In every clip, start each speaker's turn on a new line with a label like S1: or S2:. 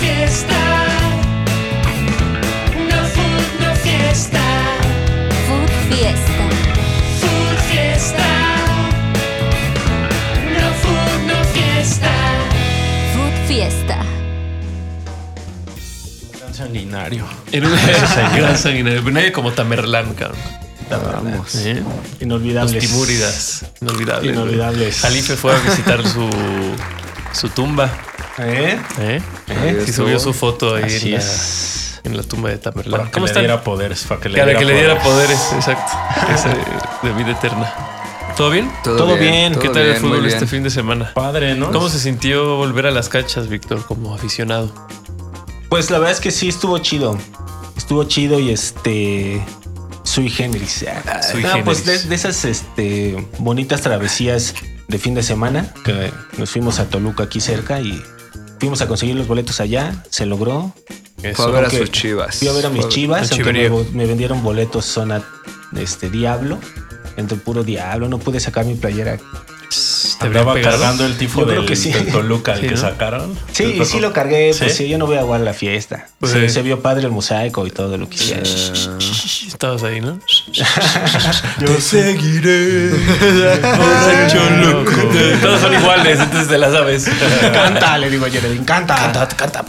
S1: fiesta. No food, no fiesta.
S2: Food Fiesta.
S1: Food fiesta. No food, no fiesta.
S2: Food Fiesta.
S3: Gran sanguinario.
S4: Era un gran sanguinario. Pero nadie como Tamerlán, cabrón.
S3: Vamos.
S4: ¿Eh? Los
S3: Inolvidables.
S4: Timúridas. Inolvidables. güey.
S3: Inolvidables.
S4: Jalife fue a visitar su, su tumba.
S3: ¿Eh?
S4: ¿Eh?
S3: ¿Eh?
S4: Y subió su foto ahí en
S3: Así
S4: la,
S3: es.
S4: en la tumba de Tamerlán.
S3: Para que le
S4: están?
S3: diera poderes. Para que le
S4: Para
S3: diera
S4: que le diera
S3: poderes.
S4: poderes, exacto. Esa de, de vida eterna. ¿Todo bien?
S3: Todo bien,
S4: ¿Qué tal el fútbol este fin de semana?
S3: Padre, ¿no?
S4: ¿Cómo se sintió volver a las cachas, Víctor, como aficionado?
S3: Pues la verdad es que sí estuvo chido. Estuvo chido y este. Sui generis. Ah,
S4: Sui
S3: no,
S4: generis.
S3: pues de, de esas este, bonitas travesías de fin de semana que nos fuimos a Toluca aquí cerca y fuimos a conseguir los boletos allá. Se logró.
S5: Fue a ver a
S3: que
S5: sus chivas.
S3: Fui a ver a mis
S5: Fue-
S4: Al
S3: chivas, aunque me,
S4: chiverío.
S3: me vendieron boletos zona este, Diablo. Entre puro Diablo, no pude sacar mi playera.
S4: ¿Te habrían
S6: Andaba
S4: pegado?
S6: cargando el tifo
S3: Yo creo
S6: del,
S3: que sí.
S6: del Toluca, el
S4: Sí,
S6: que
S4: ¿no?
S6: sacaron.
S3: Sí,
S6: Del
S3: sí
S6: Toluca.
S3: lo cargué, pues
S4: ¿Sí?
S3: sí, yo no voy a jugar a la fiesta.
S4: Pues
S3: se,
S4: sí.
S3: se vio padre el mosaico y todo lo que
S5: Eh,
S3: hicieron.
S4: Estabas ahí, ¿no?
S6: Yo seguiré.
S4: Todos son iguales, entonces te las sabes.
S3: Canta, le digo a Geraldine, canta. Canta, canta.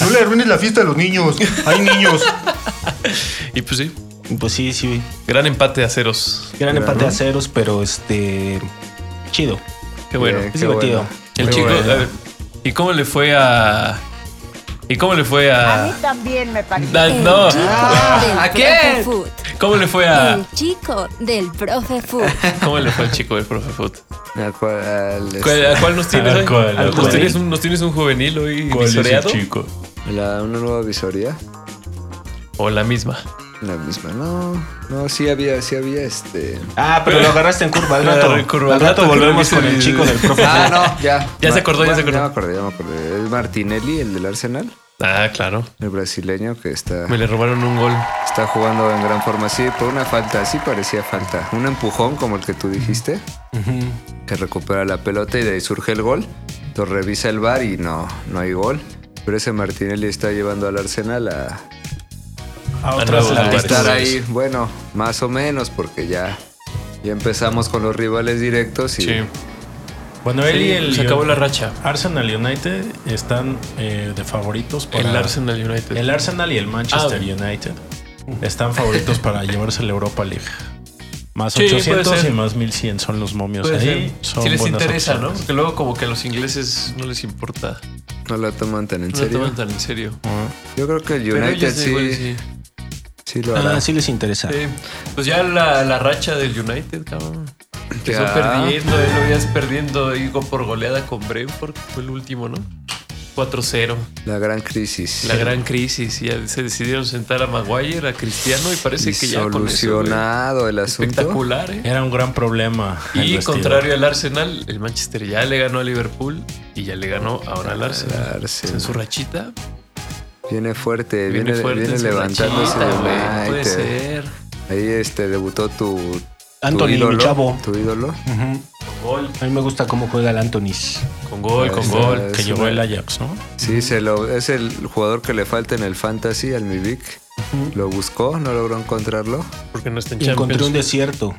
S7: No le arruines la fiesta a los niños. Hay niños.
S4: Y pues sí,
S3: Pues sí, sí.
S4: gran empate a ceros.
S3: Gran empate a ceros, pero este. Chido.
S4: Qué bueno.
S5: Bien,
S3: es
S5: qué
S3: divertido.
S5: bueno.
S4: El
S5: Qué
S4: chico,
S5: bueno.
S4: a ver, ¿y cómo le fue a. ¿Y cómo le fue
S8: A mí
S4: a.
S8: también me parece.
S4: Da- no,
S3: Ah,
S2: Del
S5: ¿a
S2: Profe
S5: qué?
S2: Food.
S4: ¿cómo le fue a.
S2: El chico del Profe Food.
S4: ¿Cómo le fue al chico del profe Foot?
S5: Al cual, este,
S4: ¿Cuál, ¿A cuál nos tienes?
S6: Al
S4: hoy?
S6: cual,
S3: al
S4: ¿Nos,
S3: cual.
S4: tienes un, ¿Nos tienes un juvenil hoy
S6: ¿Cuál es el
S4: visoreado?
S6: chico?
S5: la- ¿Una nueva visoría?
S4: O la misma.
S5: La misma, no. No, sí había, sí había este.
S3: Ah, pero lo agarraste en curva al rato.
S4: Ah, en curva.
S3: al rato volvemos con el chico del profe.
S5: Ah, no, ya.
S4: Ya se acordó, ya se acordó.
S5: Ya me acordé, ya me acordé. Es Martinelli, el del Arsenal,
S4: Ah, claro.
S5: el brasileño que está,
S4: Me le robaron un gol.
S5: está jugando en gran forma. Sí, por una falta, sí parecía falta. Un empujón como el que tú dijiste, que recupera la pelota y de ahí surge el gol. Lo revisa el bar y no, no hay gol. Pero ese Martinelli está llevando al Arsenal a,
S6: A
S4: A
S6: otras
S4: nuevos
S5: a
S6: latas.
S4: lugares.
S5: estar ahí, bueno, más o menos, porque ya, ya empezamos con los rivales directos y
S4: Sí.
S6: Bueno, él y el
S4: Se acabó
S6: Lyon-
S4: la racha.
S6: Arsenal y United están eh, de favoritos para
S4: El Arsenal United.
S6: el Arsenal y el Manchester
S4: Ah.
S6: United están favoritos para llevarse la Europa League. Más
S4: Sí, puede
S6: 800
S4: ser.
S6: y más 1100 son los momios
S4: Puede
S6: ahí.
S4: ser.
S6: Son
S4: Si les
S6: buenas
S4: interesa, ¿no?
S6: opciones.
S4: Porque luego como que a los ingleses no les importa.
S5: no lo toman tan en
S4: No lo
S5: serio.
S4: toman tan en serio.
S5: Yo creo que el
S4: Pero
S5: United
S4: ellos
S5: sí,
S4: igual
S5: sí.
S4: sí.
S5: lo hará.
S3: Ah, sí les interesa.
S4: Sí. Pues ya la, la racha del United, cabrón. Empezó
S5: Ya.
S4: perdiendo, él lo veías perdiendo ahí go- por goleada con Brentford, que fue el último, ¿no? 4-0.
S5: La gran crisis.
S4: La gran crisis. Y ya se decidieron sentar a Maguire, a Cristiano, y parece
S5: Y
S4: que ya con eso, güey.
S5: solucionado el asunto.
S4: Espectacular, ¿eh?
S6: Era un gran problema. el
S4: Y
S6: vestido.
S4: contrario al Arsenal, el Manchester ya le ganó a Liverpool y ya le ganó ahora al Arsenal.
S5: Al Arsenal.
S4: En su rachita.
S5: Viene fuerte, viene,
S4: Viene fuerte.
S5: viene
S4: en su
S5: levantándose
S4: rachita,
S5: el
S4: güey, Puede
S5: United.
S4: ser.
S5: Ahí este debutó tu, tu
S3: Anthony, mi
S5: ídolo,
S3: chavo.
S5: tu ídolo.
S3: Ujú.
S4: Gol.
S3: A mí me gusta cómo juega el Anthony.
S4: Con gol,
S5: Ahí
S4: con
S5: está.
S4: gol.
S6: Que
S5: Es
S6: llegó
S5: una-
S6: el Ajax, ¿no?
S5: Sí, se lo, es el jugador que le falta en el fantasy al Mivic. Lo buscó, no logró encontrarlo.
S4: Porque no está en
S3: Y encontré un
S4: Champions.
S3: desierto.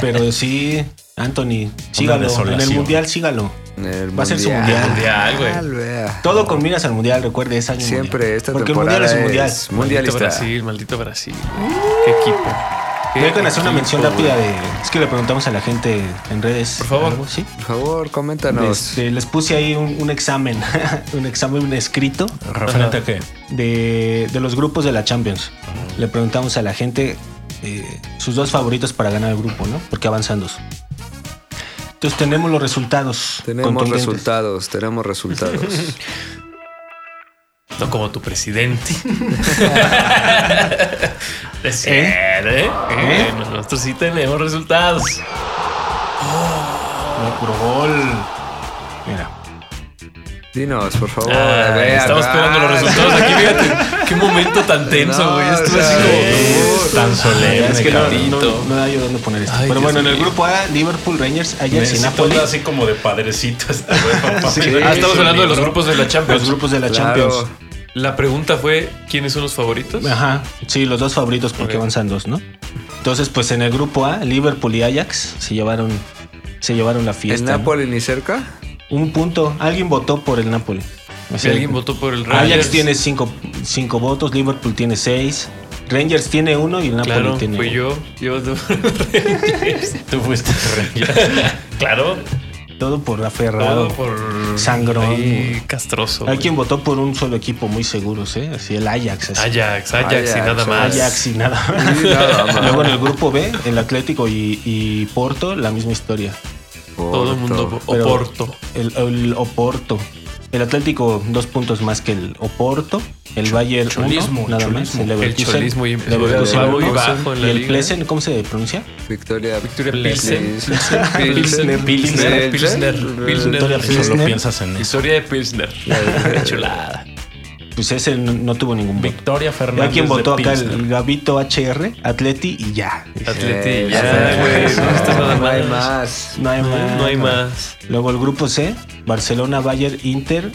S3: Pero sí, Anthony, sígalo. En el
S6: desolación.
S3: mundial, sígalo.
S5: En el
S3: Va a ser su
S4: mundial. Mundial,
S5: vea.
S3: Todo con miras al mundial, recuerde, es año mundial.
S5: Siempre esta
S3: Porque el
S5: temporada
S3: mundial es el mundial.
S5: es
S4: Maldito
S5: mundialista.
S4: Brasil, maldito Brasil. Qué equipo. Qué
S3: Voy a hacer una
S4: equipo,
S3: mención
S4: güey.
S3: rápida de. Es que le preguntamos a la gente en redes.
S4: Por favor.
S3: algo, ¿sí?
S5: Por favor, coméntanos.
S3: Este, les puse ahí un, un examen, un examen un escrito
S6: Referente a qué?
S3: de, de los grupos de la Champions. Le preguntamos a la gente eh, sus dos favoritos para ganar el grupo, ¿no? Porque avanzan dos. Entonces tenemos los resultados.
S5: Tenemos
S3: contundentes.
S5: resultados, tenemos resultados.
S4: No como tu presidente. De ser, ¿eh? Eh, Nosotros sí tenemos resultados.
S3: Mira, puro gol. Mira.
S5: Dinos, por favor. a
S4: Ah,
S5: ver,
S4: estamos
S5: ah,
S4: esperando los resultados aquí, fíjate. Qué momento tan tenso,
S5: No,
S4: güey. Esto
S5: o
S4: es
S5: sea,
S4: así como...
S5: sí.
S6: Tan solemne,
S3: Es que no,
S6: cabrón.
S3: no, no, hay dónde poner esto.
S4: Ay,
S3: Pero
S4: Dios
S3: bueno, en el
S4: mío.
S3: grupo A, Liverpool, Rangers, Ajax y
S6: Necesito
S3: Napoli.
S6: una así como de padrecito este güey. para
S5: Sí.
S6: papel.
S4: Ah, estamos
S6: Es un
S4: hablando de los
S6: libro.
S4: grupos de la
S3: Los
S4: Champions.
S3: grupos de la
S5: Claro.
S3: Champions.
S4: La pregunta fue, ¿quiénes son los favoritos?
S3: Ajá. Sí, los dos favoritos porque
S4: Ok.
S3: avanzan dos, ¿no? Entonces, pues en el grupo A, Liverpool y Ajax se llevaron, se llevaron la
S5: ¿En
S3: fiesta. ¿no?
S5: Nápoles ni cerca?
S3: Un punto. Alguien votó por el Napoli. O
S4: Si
S3: sea,
S4: alguien votó por el Rangers.
S3: Ajax tiene cinco, cinco votos, Liverpool tiene seis, Rangers tiene uno y el Napoli
S4: Claro,
S3: tiene
S4: fui yo. Yo
S6: Tú fuiste Claro.
S3: Todo por aferrado.
S4: todo por...
S3: Sangrón.
S4: ahí, castroso.
S3: Hay
S4: güey.
S3: quien votó por un solo equipo muy seguros, ¿eh? Así el Ajax. así.
S4: Ajax, Ajax y
S5: Ajax,
S4: nada más.
S3: Ajax y nada más.
S5: Sí, nada más.
S3: Luego en el grupo B, el Atlético y, y Porto, la misma historia.
S4: Todo el mundo.
S5: Porto.
S3: Pero-
S4: Oporto.
S3: El, el Oporto. El Atlético, dos puntos más que el Oporto. El Bayern, uno,
S6: cholismo,
S3: nada más.
S6: cholismo.
S3: El
S4: El
S3: Leverkusen.
S4: cholismo y
S3: Leverkusen,
S5: va
S4: muy
S3: Leverkusen.
S4: bajo en
S3: Y
S4: la
S3: el
S4: liga.
S3: Plesen, ¿cómo se pronuncia?
S5: Victoria.
S4: Victoria Pilsen.
S5: Pilsen.
S4: Pilsner, Pilsner, Pilsner, Pilsner.
S3: Victoria Pilsner.
S6: Solo piensas en eso.
S4: Historia de Pilsner. Qué chulada.
S3: Pues ese no, no tuvo ningún voto.
S6: Victoria
S3: Hay
S6: Fernández.
S3: quien
S6: de
S3: votó acá
S6: Pilsner.
S3: el Gabito HR, Atleti y ya.
S4: Atleti,
S5: Sí,
S4: ya,
S5: sí,
S4: güey.
S5: sí,
S4: No está nada
S5: no hay
S4: más.
S5: más.
S3: No hay más.
S4: No hay más.
S3: Luego el grupo C, Barcelona, Bayern, Inter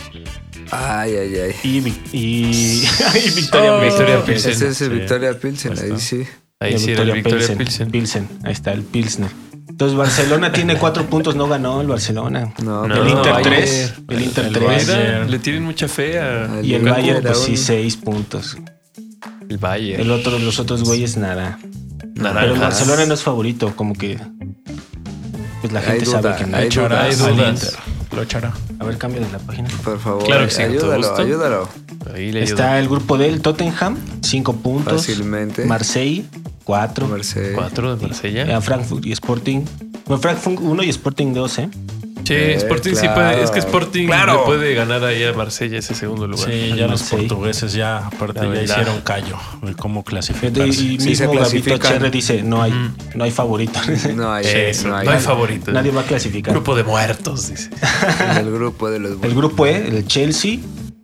S5: Ay, ay, ay.
S3: y, Vic- y, y Victoria
S4: Oh. Victoria Pilsen.
S3: Pilsen.
S5: Ese es el
S6: Sí.
S5: Victoria Pilsen, ahí sí.
S4: Ahí sí era el Victoria Pilsen.
S3: Pilsen, ahí está el Pilsner. Entonces Barcelona tiene cuatro puntos, no ganó el Barcelona.
S5: No,
S4: No,
S3: el Inter
S4: Bayern.
S3: 3, el Inter
S6: el
S3: 3
S4: Mira,
S6: Bayern.
S4: le tienen mucha fe a
S5: Al
S3: y el
S5: Liverpool
S3: Bayern
S5: era
S3: pues sí
S5: un-
S3: 6 puntos.
S4: el Bayern.
S3: El otro, los otros güeyes nada.
S4: Naranjas.
S3: Pero el Barcelona no es favorito, como que pues la
S5: Hay
S3: gente sabe
S5: duda,
S3: que no.
S5: hay duda.
S4: Hay
S6: Al
S4: dudas.
S6: Inter. Lo echará.
S3: A ver, cambio de la página.
S5: Por favor,
S4: Claro que sí, con todo
S5: ayúdalo,
S4: gusto.
S5: ayúdalo.
S4: Ahí le
S3: Está el grupo del Tottenham, 5 puntos.
S5: Fácilmente.
S3: Marsella, 4.
S5: Marseille.
S4: Cuatro de Marsella.
S3: Eh, A Frankfurt y Sporting. Bueno, Frankfurt 1 y Sporting 2, ¿eh?
S4: Che,
S5: Eh,
S4: Sporting sí
S5: claro.
S4: puede. Es que Sporting
S5: Claro.
S4: le puede ganar ahí a Marsella ese segundo lugar.
S6: Sí,
S3: Al
S6: ya los
S3: Marseille.
S6: portugueses ya, aparte,
S4: La
S6: ya
S4: verdad.
S6: hicieron callo de cómo
S3: Fíjate,
S6: clasificarse.
S3: Y,
S6: Sí,
S3: y
S5: Sí, se
S3: mismo Gabito
S5: clasifican. Mm.
S3: Cherre dice, no hay, no hay favorito.
S5: No hay,
S4: Eso,
S5: no hay.
S4: no hay favorito.
S3: Nadie va a clasificar.
S4: Grupo de muertos, dice.
S5: El grupo de los
S3: El
S5: buenos.
S3: grupo E, el Chelsea,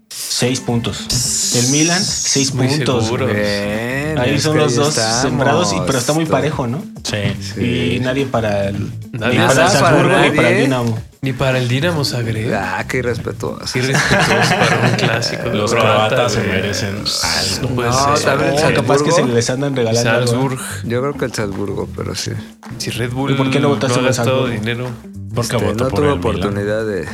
S3: 6 puntos. El Milan, 6
S4: Muy
S3: puntos.
S4: seguro.
S5: Bien,
S3: Ahí
S5: es
S3: son
S5: que
S3: los
S5: ahí
S3: dos
S5: estamos.
S3: sembrados, y, pero está muy parejo, ¿no?
S6: Sí.
S5: Sí.
S3: Y nadie para el, ni
S4: Nadie.
S3: para el
S4: Nada para
S3: Salzburgo ni
S5: nadie.
S3: para el Dinamo.
S4: Ni para el Dinamo Zagreb.
S5: Ah, qué irrespetuoso.
S4: Sí, respetuosos para un clásico. de
S6: Los
S4: croata,
S6: croatas se
S4: güey.
S6: merecen
S4: No
S6: algo.
S4: puede
S5: No,
S4: ser.
S5: también el
S3: O Ah, capaz que se
S5: Salzburgo.
S3: les andan regalando. algo.
S4: Salzburg.
S5: Yo creo que el Salzburgo, pero sí.
S4: Si Red Bull
S3: ¿Y por qué no votaste
S4: ha
S3: por
S4: gastado
S3: Salzburgo?
S4: dinero
S6: Porque
S5: Este,
S6: votó
S5: no
S6: por
S5: tuve
S6: el Milan.
S5: oportunidad de, de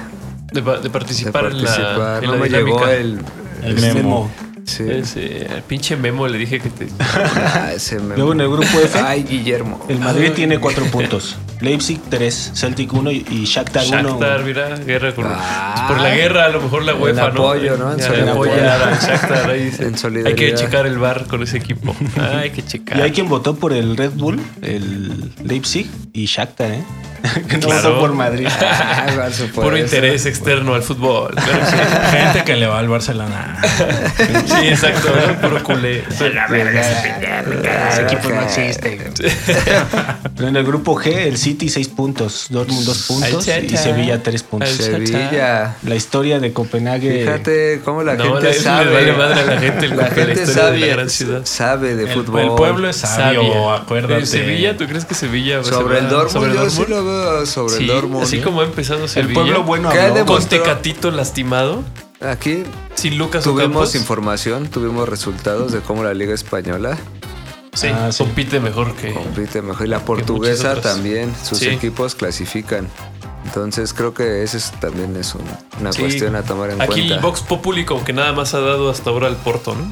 S4: de, pa- de participar, en la-
S5: participar.
S4: en la,
S5: no me
S4: dinámica.
S5: llegó el. eh,
S6: El
S3: Es
S6: memo.
S3: memo.
S5: Sí.
S4: Ese, al pinche memo le dije que te...
S5: Ah, ese me-
S3: Luego en el grupo F.
S5: Ay, Guillermo.
S4: Ah,
S3: El Madrid tiene 4 puntos. Leipzig 3, Celtic 1 y Shakhtar 1.
S4: Shakhtar, mira, guerra con...
S5: Ah.
S4: por la guerra, a lo mejor la UEFA,
S5: apoyo, ¿no?
S4: ¿no?
S5: En
S4: Ya,
S5: solidaridad.
S4: apoyar al Shakhtar, ahí dice,
S5: En
S4: Hay que
S5: solidaridad.
S4: checar el bar con ese equipo. Ah, hay que checar.
S3: Y hay quien votó por el Red Bull, el Leipzig y Shakhtar, ¿eh? Que no
S4: Claro.
S3: votó por Madrid.
S5: Ah, Barça, por
S4: Puro
S5: eso.
S4: interés externo al fútbol. Claro que sí.
S6: Gente que le va al Barcelona.
S4: Sí, exacto, ¿no? puro culé.
S5: Ah,
S3: Ese equipo no existe. Pero en el grupo G, el City 6 puntos, Dortmund 2 puntos
S4: Ay,
S3: y
S4: chacha.
S3: Sevilla 3 puntos.
S5: Sevilla.
S3: La historia de Copenhague.
S5: Fíjate cómo la
S4: No,
S5: gente
S4: la- le
S5: sabe.
S4: vale madre a la gente el- la
S5: gente
S4: historia de
S5: sabe,
S4: la gran ciudad.
S5: sabe de
S6: El,
S5: fútbol.
S6: el pueblo es sabio,
S4: Sabia.
S6: acuérdate.
S4: Eh, Sevilla, ¿tú crees que Sevilla va- se
S5: sobre
S4: va-
S5: el Dortmund.
S4: sobre el
S5: yo sí
S4: Dortmund?
S5: lo veo sobre
S4: Sí,
S5: el Dortmund. ¿eh?
S4: así como ha empezado
S3: El
S4: Sevilla.
S3: pueblo bueno
S5: ¿Qué
S3: habló.
S5: de-
S4: Con
S5: demostró-
S4: Tecatito lastimado,
S5: Aquí
S4: sin Lucas
S5: tuvimos
S4: Ocampos.
S5: información, tuvimos resultados de cómo la Liga Española
S4: Sí,
S3: Ah, sí.
S4: compite mejor Eh, que...
S5: compite mejor y la portuguesa
S4: muchas otras.
S5: también. Sus
S4: Sí.
S5: equipos clasifican. Entonces creo que eso es- también es un- una
S4: Sí.
S5: cuestión a tomar en
S4: Aquí
S5: cuenta.
S4: el Vox Populi como que nada más ha dado hasta ahora al Porto, ¿no?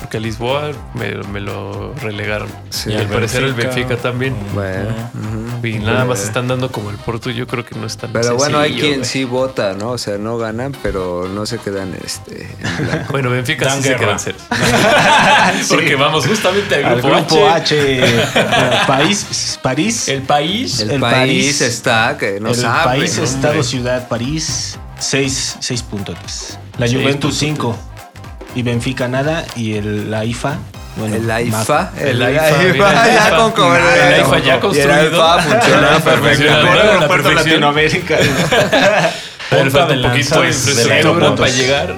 S4: Porque a Lisboa me, me lo relegaron.
S5: Sí.
S4: Y al
S5: El
S4: parecer el
S6: Benfica. Mm.
S4: Benfica también.
S5: Bueno,
S4: ah, Y nada más están dando como el Porto, yo creo que no están.
S5: Eh. pero bueno, hay quien sí vota, ¿no? O sea, no ganan, pero no se quedan este, en blanco.
S4: Bueno, Benfica
S6: Dan
S4: sí se
S6: guerra.
S4: quedan ceros. Porque vamos justamente al
S3: Al
S4: grupo,
S3: grupo
S4: H.
S3: H, eh, país, París,
S4: El país.
S5: El,
S3: El
S5: país,
S3: país-
S5: está que no
S3: el
S5: sabe.
S3: país,
S5: ¿no?
S3: estado, ciudad, París, 6, puntos. La
S4: Seis
S3: Juventus 5 y Benfica nada y el, la IFA. Bueno,
S5: El AIFA.
S3: más-
S4: El
S5: AIFA,
S4: AIFA, mira, el
S5: ya
S4: AIFA.
S5: con con-
S4: El AIFA
S5: con-
S4: ya
S5: Y el
S4: construido.
S5: AIFA funciona
S4: Funciona
S5: perfectamente.
S4: perfecto.
S3: Aeropuerto
S4: la perfección.
S3: Latinoamérica.
S4: A ver,
S6: Punta
S4: falta
S6: de
S4: un
S6: lanza
S4: poquito de
S6: de
S4: infraestructura
S6: los
S4: para
S6: aeropuertos.
S4: llegar.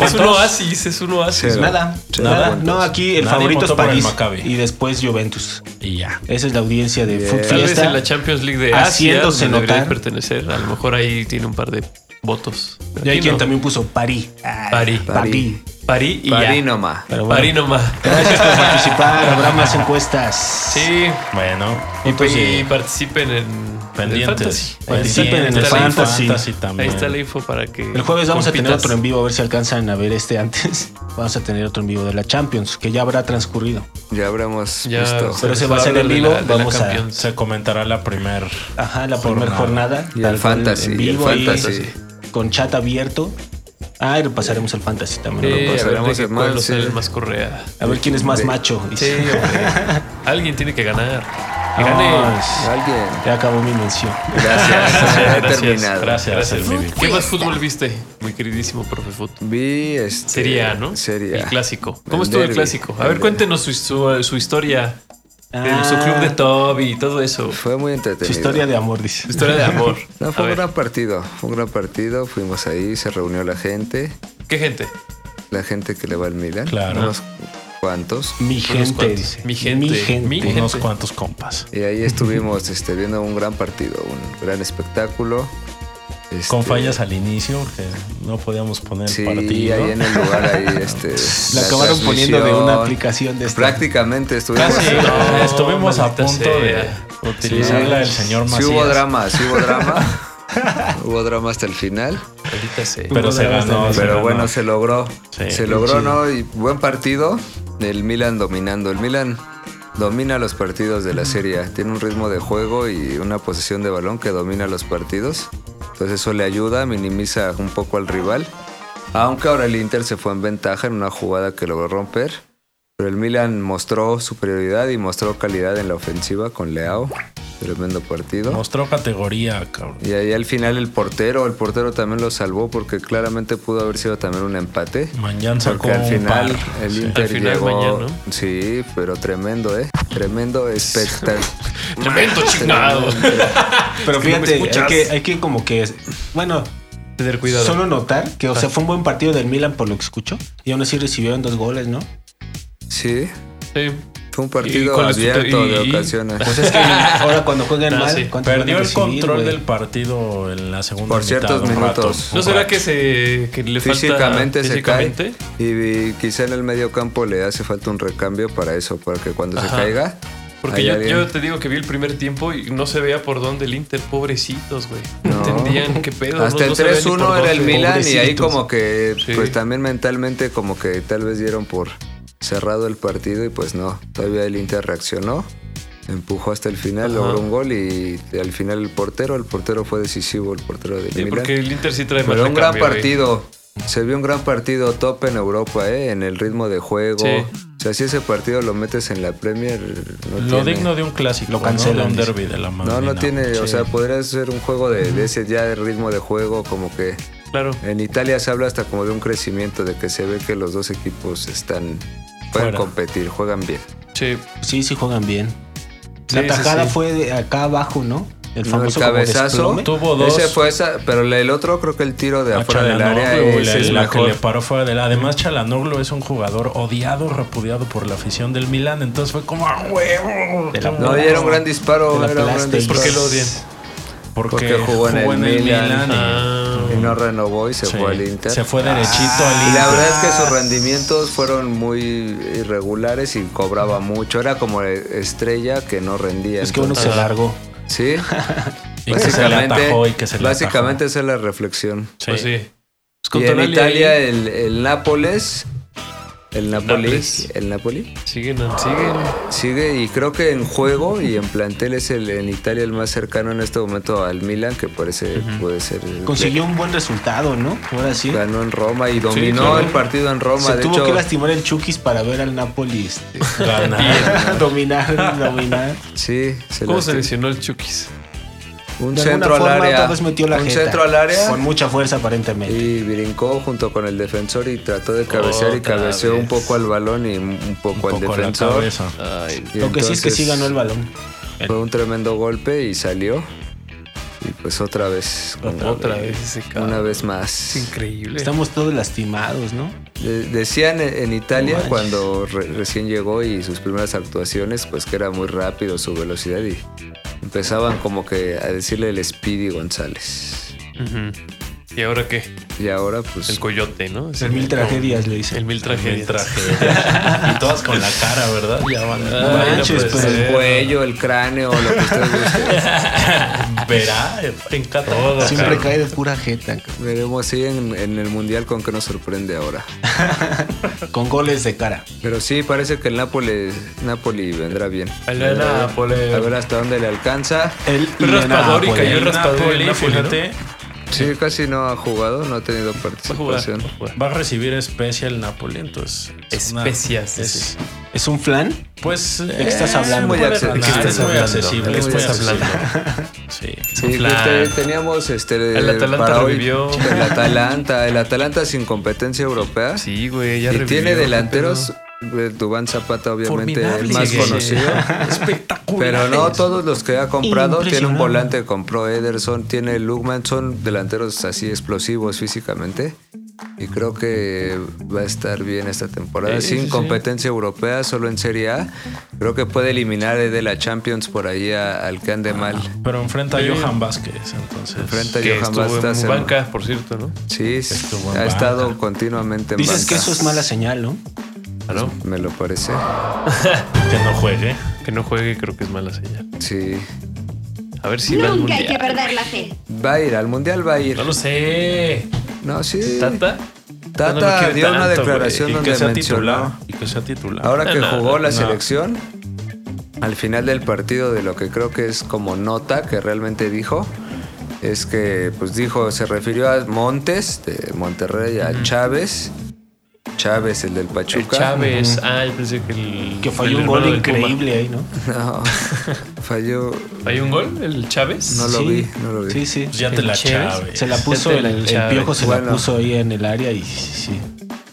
S4: Es un oasis, es un oasis.
S5: Cero.
S3: Nada,
S5: Cero
S3: nada.
S5: puntos.
S3: No, aquí el
S6: Nadie
S3: favorito es
S6: votó por el
S3: París
S6: Maccabi.
S3: y después Juventus.
S6: Y ya.
S3: Esa es la audiencia de
S5: Bien.
S3: Food
S4: Tal vez en
S3: Eh, Fiesta.
S4: la Champions League de Asia,
S3: Haciéndose
S4: donde debería
S3: notar.
S4: pertenecer, a lo mejor ahí tiene un par de votos.
S3: Y hay
S4: Aquí
S3: quien
S4: no.
S3: también puso París.
S4: París.
S3: París.
S4: París y ya.
S5: Parinoma.
S3: Pero bueno,
S4: París nomás.
S3: Gracias por participar. Habrá más encuestas.
S4: Sí,
S6: Bueno,
S4: y,
S6: pues,
S4: y
S6: sí,
S4: participen en
S6: pendientes.
S4: en el Fantasy.
S3: Participen en
S4: Ahí
S3: el
S4: está la info.
S3: Fantasy.
S4: Ahí
S6: también.
S4: está la info para que.
S3: El jueves vamos a tener
S4: compitas.
S3: otro en vivo, a ver si alcanzan a ver este antes. Vamos a tener otro en vivo de la Champions, que ya habrá transcurrido.
S5: Ya habremos
S4: Ya,
S5: visto.
S4: se
S3: Pero ese
S4: va
S3: va a
S4: a
S3: ser
S4: hablar
S3: en
S4: de
S3: vivo.
S4: la- de la
S3: vamos a.
S4: Champions.
S6: Se comentará la primer.
S3: Ajá, la primera jornada.
S5: Y el
S3: Tal cual,
S5: fantasy,
S3: En
S5: y el
S3: vivo, ahí,
S5: fantasy.
S3: Con chat abierto. Ah, y repasaremos el fantasy también.
S4: Sí,
S5: Pues
S4: a ver
S5: veremos
S4: de
S5: el
S4: qué pueblo
S5: más,
S4: sale
S5: sí.
S4: el más correa.
S3: A ver quién es más
S5: de-
S3: macho.
S4: Sí,
S3: dice.
S4: hombre. Alguien tiene que ganar. Que
S3: Ah,
S4: gane.
S3: es-
S5: Alguien.
S3: Ya acabó mi mención.
S5: Gracias. Ya he
S4: Gracias,
S5: terminado.
S6: Gracias,
S4: Gracias.
S6: el Bibi.
S4: ¿Qué más fútbol viste, mi queridísimo profe Fut?
S5: Vi este.
S4: Sería, ¿no?
S5: Sería.
S4: El clásico.
S5: El
S4: ¿Cómo estuvo el
S5: derbi.
S4: clásico? A
S5: El
S4: ver,
S5: derbi.
S4: cuéntenos su, su, su historia. de Su
S3: Ah,
S4: club de Toby y todo eso.
S5: Fue muy entretenido.
S3: Su historia de amor, dice.
S4: Su historia de amor.
S5: No,
S4: A
S5: fue un
S4: ver,
S5: gran partido. Fue un gran partido. Fuimos ahí, se reunió la gente.
S4: ¿Qué gente?
S5: La gente que le va al Milan.
S6: Claro.
S5: Unos cuantos.
S3: Mi gente,
S4: cuantos.
S3: dice.
S4: Mi gente. Mi gente.
S6: Unos cuantos compas.
S5: Y ahí estuvimos este, viendo un gran partido, un gran espectáculo. Este,
S6: Con fallas al inicio, que no podíamos poner
S5: Sí,
S6: partido.
S5: ahí en el lugar ahí, este.
S3: La acabaron poniendo de
S5: transmisión.
S3: una aplicación de esta.
S5: Prácticamente estuvimos.
S6: Casi
S4: No,
S6: estuvimos a
S4: maldita
S6: punto
S4: sea.
S6: de utilizarla el señor Macías.
S5: Sí hubo drama, sí hubo drama. hubo drama hasta el final.
S4: Ahorita sé.
S6: Pero se ganó. se
S5: Pero
S6: ganó.
S5: bueno, se logró.
S6: Sí.
S5: se logró, ¿no? Y buen partido. El Milan dominando. El Milan domina los partidos de la serie. A. Tiene un ritmo de juego y una posesión de balón que domina los partidos. Entonces eso le ayuda, minimiza un poco al rival. Aunque ahora el Inter se fue en ventaja en una jugada que logró romper. Pero el Milan mostró superioridad y mostró calidad en la ofensiva con Leao. Tremendo partido.
S6: Mostró categoría, cabrón.
S5: Y ahí al final el portero, el portero también lo salvó porque claramente pudo haber sido también un empate.
S6: Mañana sacó
S5: Porque al final
S6: un par.
S5: el
S6: Sí.
S5: Inter
S4: Al final
S5: llegó-
S4: mañana,
S5: Sí, pero tremendo, ¿eh? Tremendo espectáculo.
S4: Tremendo chingado.
S3: Pero
S4: Es que no me
S3: fíjate, hay
S4: escuchas.
S3: que, hay que como que. Bueno,
S4: Tener cuidado.
S3: solo notar que, o sea, fue un buen partido del Milan por lo que escucho. Y aún así recibieron dos goles, ¿no?
S5: sí,
S4: Sí.
S5: fue un
S4: ¿Y
S5: partido
S4: cuál es tu-
S5: abierto de
S4: y-
S5: ocasiones.
S3: Pues es que ahora cuando juegan
S4: Ah,
S3: mal,
S4: sí.
S3: ¿cuánto van
S6: Perdió
S3: a
S6: el
S3: recibir,
S6: control
S3: güey?
S6: del partido en la segunda
S5: Por ciertos
S6: mitad, un rato,
S5: minutos.
S6: un
S4: ¿No será
S6: rato.
S4: que, se, que le falta
S5: Físicamente,
S4: físicamente?
S5: se cae. Y, y quizá en el medio campo le hace falta un recambio para eso, para que cuando se
S4: Ajá.
S5: caiga.
S4: Porque
S5: hay
S4: yo,
S5: alguien-
S4: yo te digo que vi el primer tiempo y no se veía por dónde el Inter, pobrecitos, güey. No
S5: No.
S4: entendían qué pedo.
S5: Hasta
S4: no-
S5: el
S4: no sabían ni por
S5: 3-1 era el
S4: dónde.
S5: Milan y ahí
S4: Pobrecitos.
S5: como que,
S4: Sí.
S5: pues también mentalmente como que tal vez dieron por cerrado el partido y pues no, todavía el Inter reaccionó, empujó hasta el final,
S4: Ajá.
S5: logró un gol y al final el portero, el portero fue decisivo, el portero del
S4: Sí,
S5: Milan.
S4: porque el Inter sí trae más
S5: Pero un gran
S4: recambio, güey.
S5: partido, se vio un gran partido top en Europa, ¿eh? en el ritmo de juego.
S4: Sí.
S5: O sea, si ese partido lo metes en la Premier, no
S6: Lo
S5: tiene-
S6: digno de un clásico,
S3: Lo
S6: ¿no?
S3: cancelan,
S6: de un
S3: dice.
S6: derby de la mano.
S5: No, no tiene, o sea, podría ser un juego de, de ese ya de ritmo de juego, como que
S4: Claro.
S5: En Italia se habla hasta como de un crecimiento, de que se ve que los dos equipos están pueden
S6: Fuera.
S5: competir, juegan bien.
S4: Sí.
S3: Sí, sí juegan bien. La
S4: Sí, sí,
S3: tajada
S4: sí.
S3: fue de acá abajo, ¿no? El
S5: No, el
S3: famoso como
S5: cabezazo,
S3: desplome.
S6: Tuvo dos.
S5: ese fue esa, pero el otro creo que el tiro de
S6: A
S5: afuera del
S6: Chalanoglu,
S5: área
S6: la-
S5: ese es
S6: la que
S5: mejor.
S6: le paró fuera del Además, Chalanoglu es un jugador odiado, repudiado por la afición del Milan. Entonces fue como a huevo.
S3: De la-
S5: No, y era un gran disparo,
S3: Te la
S5: era un gran
S3: aplaste.
S5: disparo.
S4: ¿Por qué lo odian?
S6: Porque,
S5: porque jugó en el Milan.
S6: y-
S4: Ah,
S5: Y no renovó y se
S6: Sí,
S5: fue al Inter.
S6: se fue derechito al
S5: Y
S6: Inter.
S5: la verdad es que sus rendimientos fueron muy irregulares y cobraba mucho. Era como estrella que no rendía.
S3: Es que uno se
S5: entonces-
S3: largó.
S5: Sí.
S6: Y que se le atajó y que se le
S5: básicamente esa es la reflexión.
S4: pues sí. Pues con
S5: Y en
S4: Tonali
S5: Italia
S4: ahí
S5: el, el Nápoles, el Napoli,
S4: Nápoles.
S5: el Napoli
S4: Siguen, siguen.
S5: sigue y creo que en juego y en plantel es el en Italia el más cercano en este momento al Milan que parece puede ser el-
S3: Consiguió un buen resultado, ¿no? Ahora sí.
S5: ganó en Roma y dominó
S4: claro.
S5: el partido en Roma.
S3: Se
S5: de
S3: tuvo
S5: hecho,
S3: que lastimar el Chukis para ver al Napoli este,
S6: Ganar.
S4: Ah.
S3: dominar, dominar.
S5: sí, se
S4: ¿Cómo se lesionó
S5: lastimó.
S4: el Chukis?
S5: un
S3: De alguna
S5: centro al
S3: forma,
S5: área,
S3: otra vez metió la
S5: un
S3: jeta.
S5: centro al área
S3: Con mucha fuerza, aparentemente.
S5: Y brincó junto con el defensor y trató de cabecear y
S4: Otra
S5: cabeceó un
S4: vez.
S5: poco al balón y un un poco
S6: Un
S5: al
S6: poco la
S5: defensor.
S6: cabeza.
S4: Ay,
S5: Y
S3: Lo que sí es que
S5: entonces
S3: sí ganó el balón.
S5: Fue un tremendo golpe y salió. Y Y pues otra vez. como
S4: Otra vez ese cabrón.
S5: Una vez más.
S4: Es increíble.
S3: Estamos todos lastimados, ¿no?
S5: De- Decían en en Italia
S3: No manches.
S5: cuando re- recién llegó y sus primeras actuaciones, pues que era muy rápido su velocidad y empezaban como que a decirle el Speedy González.
S4: Ujú. ¿Y ahora qué?
S5: Y ahora pues
S4: El coyote, ¿no? Es
S3: El mil tragedias, le dicen.
S4: El mil tragedias.
S6: El traje. y todas con la cara, ¿verdad? Ya van.
S4: Ah,
S3: manches,
S4: no puede
S3: pero
S5: pues, el
S4: ser.
S5: cuello, el cráneo, lo que ustedes gusten.
S6: Verá, penca todo.
S3: Siempre
S6: cabrón.
S3: cae de pura jeta.
S5: Veremos si en, en el mundial con qué nos sorprende ahora.
S3: Con goles de cara.
S5: Pero sí, parece que el Nápoles, Napoli vendrá bien.
S4: Al de Nápoles.
S5: A ver hasta dónde le alcanza.
S3: El
S4: El raspador y
S3: Nápoles.
S6: El
S4: cayó el raspador
S6: Napoli,
S4: en Napoli, ¿no?
S6: fíjate,
S5: Sí, casi no ha jugado, no ha
S4: Va
S5: tenido
S4: a jugar.
S5: participación.
S4: va a jugar.
S6: va a recibir especia el Napoli, entonces. es una-
S4: Especias,
S6: es-
S4: sí.
S3: ¿Es un flan?
S6: Pues.
S3: qué estás hablando?
S6: muy
S5: Muy acce-
S6: banal,
S5: ¿de qué estás
S6: es muy
S4: hablando?
S6: accesible.
S4: ¿De qué
S6: es muy
S4: estás hablando?
S6: accesible. Sí.
S5: Sí,
S4: Plan.
S5: que te- teníamos este
S4: El Atalanta
S5: para hoy,
S4: revivió.
S5: el Atalanta, el Atalanta sin competencia europea.
S4: Sí, güey, ya
S5: y
S4: revivió,
S5: tiene
S4: qué
S5: delanteros
S4: pedo.
S5: eh, Dubán Zapata obviamente
S6: Formidable.
S5: el más
S4: Sí,
S5: conocido.
S6: Espectacular.
S5: Pero no todos los que ha comprado tiene un
S3: Impresionante.
S5: volante que compró Ederson, tiene Lugman, son delanteros así explosivos físicamente. Y creo que va a estar bien esta temporada.
S4: Sí,
S5: Sin
S4: sí, sí.
S5: competencia europea, solo en Serie A. Creo que puede eliminar de la Champions por ahí a- al que
S4: Ah,
S5: ande mal.
S6: Pero enfrenta a Johan Vázquez, entonces.
S5: Enfrenta a
S4: Que
S5: Johan
S4: estuvo
S5: Bastas
S4: en
S5: en-
S4: banca, por cierto, ¿no?
S5: Sí,
S6: Estuvo en
S5: ha
S6: banca.
S5: estado continuamente en
S3: Dices que
S5: banca.
S3: eso es mala señal, ¿no?
S4: Ah, ¿no?
S5: Me lo parece.
S6: Que no juegue.
S4: Que no juegue creo que es mala señal.
S5: Sí.
S4: A ver si va al
S8: Nunca hay que
S4: mundial.
S8: perder la fe.
S5: Va a ir, al mundial va a ir.
S4: No lo sé.
S5: No, sí.
S4: Tata.
S5: Tata
S4: no lo quiere
S5: dio una
S4: tanto,
S5: declaración
S4: güey.
S6: Y
S5: donde
S6: que sea
S5: mencionó-
S6: titular. Y que sea titular.
S5: Ahora que
S4: No,
S5: jugó la
S4: no.
S5: selección, al final del partido de lo que creo que es como nota que realmente dijo, es que pues dijo, se refirió a Montes de Monterrey, a Chávez, Chávez el del
S4: El
S5: Pachuca.
S4: Chávez. Ah, yo pensé que el.
S3: Que
S4: el
S3: falló un
S4: hermano
S3: gol
S4: del Puma.
S3: increíble ahí, ¿no?
S5: No, falló,
S4: ¿Hay un gol? ¿El Chávez?
S5: No lo
S3: Sí,
S5: vi, no lo vi.
S3: Sí, sí.
S6: Pues ya te
S4: el
S6: la
S4: Chévez
S6: chaves.
S3: Se la puso,
S4: Ya te
S3: el,
S4: la
S3: el
S4: echaba.
S3: piojo se
S5: Bueno.
S3: la puso ahí en el área y sí,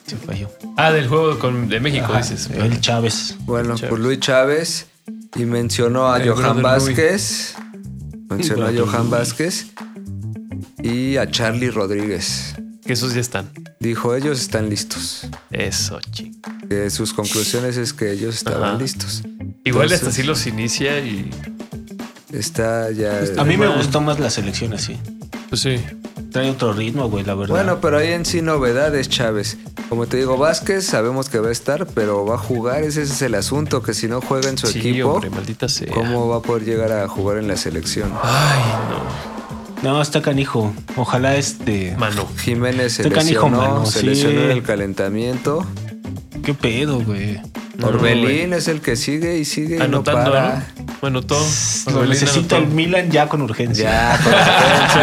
S3: se falló.
S4: Ah, del juego con, de México, dices. Pues,
S3: El Chávez.
S5: Bueno,
S4: Chávez.
S5: pues Luis Chávez y mencionó a
S4: El
S5: Johan
S4: brother Luis.
S5: Vázquez. Mencionó a
S3: brother
S5: Johan
S3: Luis.
S5: Vázquez y a Charlie Rodríguez.
S4: Que esos ya están.
S5: Dijo, ellos están listos.
S4: Eso, ching.
S5: Que sus conclusiones es que ellos estaban
S4: Ajá.
S5: listos.
S4: Igual
S5: Entonces-
S4: hasta así los inicia y.
S5: Está ya...
S3: Pues, A mí me
S4: Bueno.
S3: gustó más la selección así.
S4: Pues sí.
S3: Trae otro ritmo, güey, la verdad.
S5: Bueno, pero ahí en sí novedades, Chávez. Como te digo, Vázquez sabemos que va a estar, pero va a jugar, ese es el asunto, que si no juega en su
S4: sí,
S5: equipo,
S4: hombre, maldita sea.
S5: ¿cómo va a poder llegar a jugar en la selección?
S4: Ay, no.
S3: No, está canijo. Ojalá este.
S4: Mano.
S5: Jiménez se
S3: Este canijo,
S5: lesionó,
S3: mano,
S5: se
S3: sí.
S5: lesionó en el calentamiento.
S3: ¿Qué pedo, güey?
S4: No,
S5: Orbelín es el que sigue y sigue y no
S4: Anotando,
S5: para.
S4: ¿no? Anotó.
S3: Lo
S4: Orbelín
S3: necesita el
S4: anotó.
S3: Milan ya con urgencia.
S5: Ya, con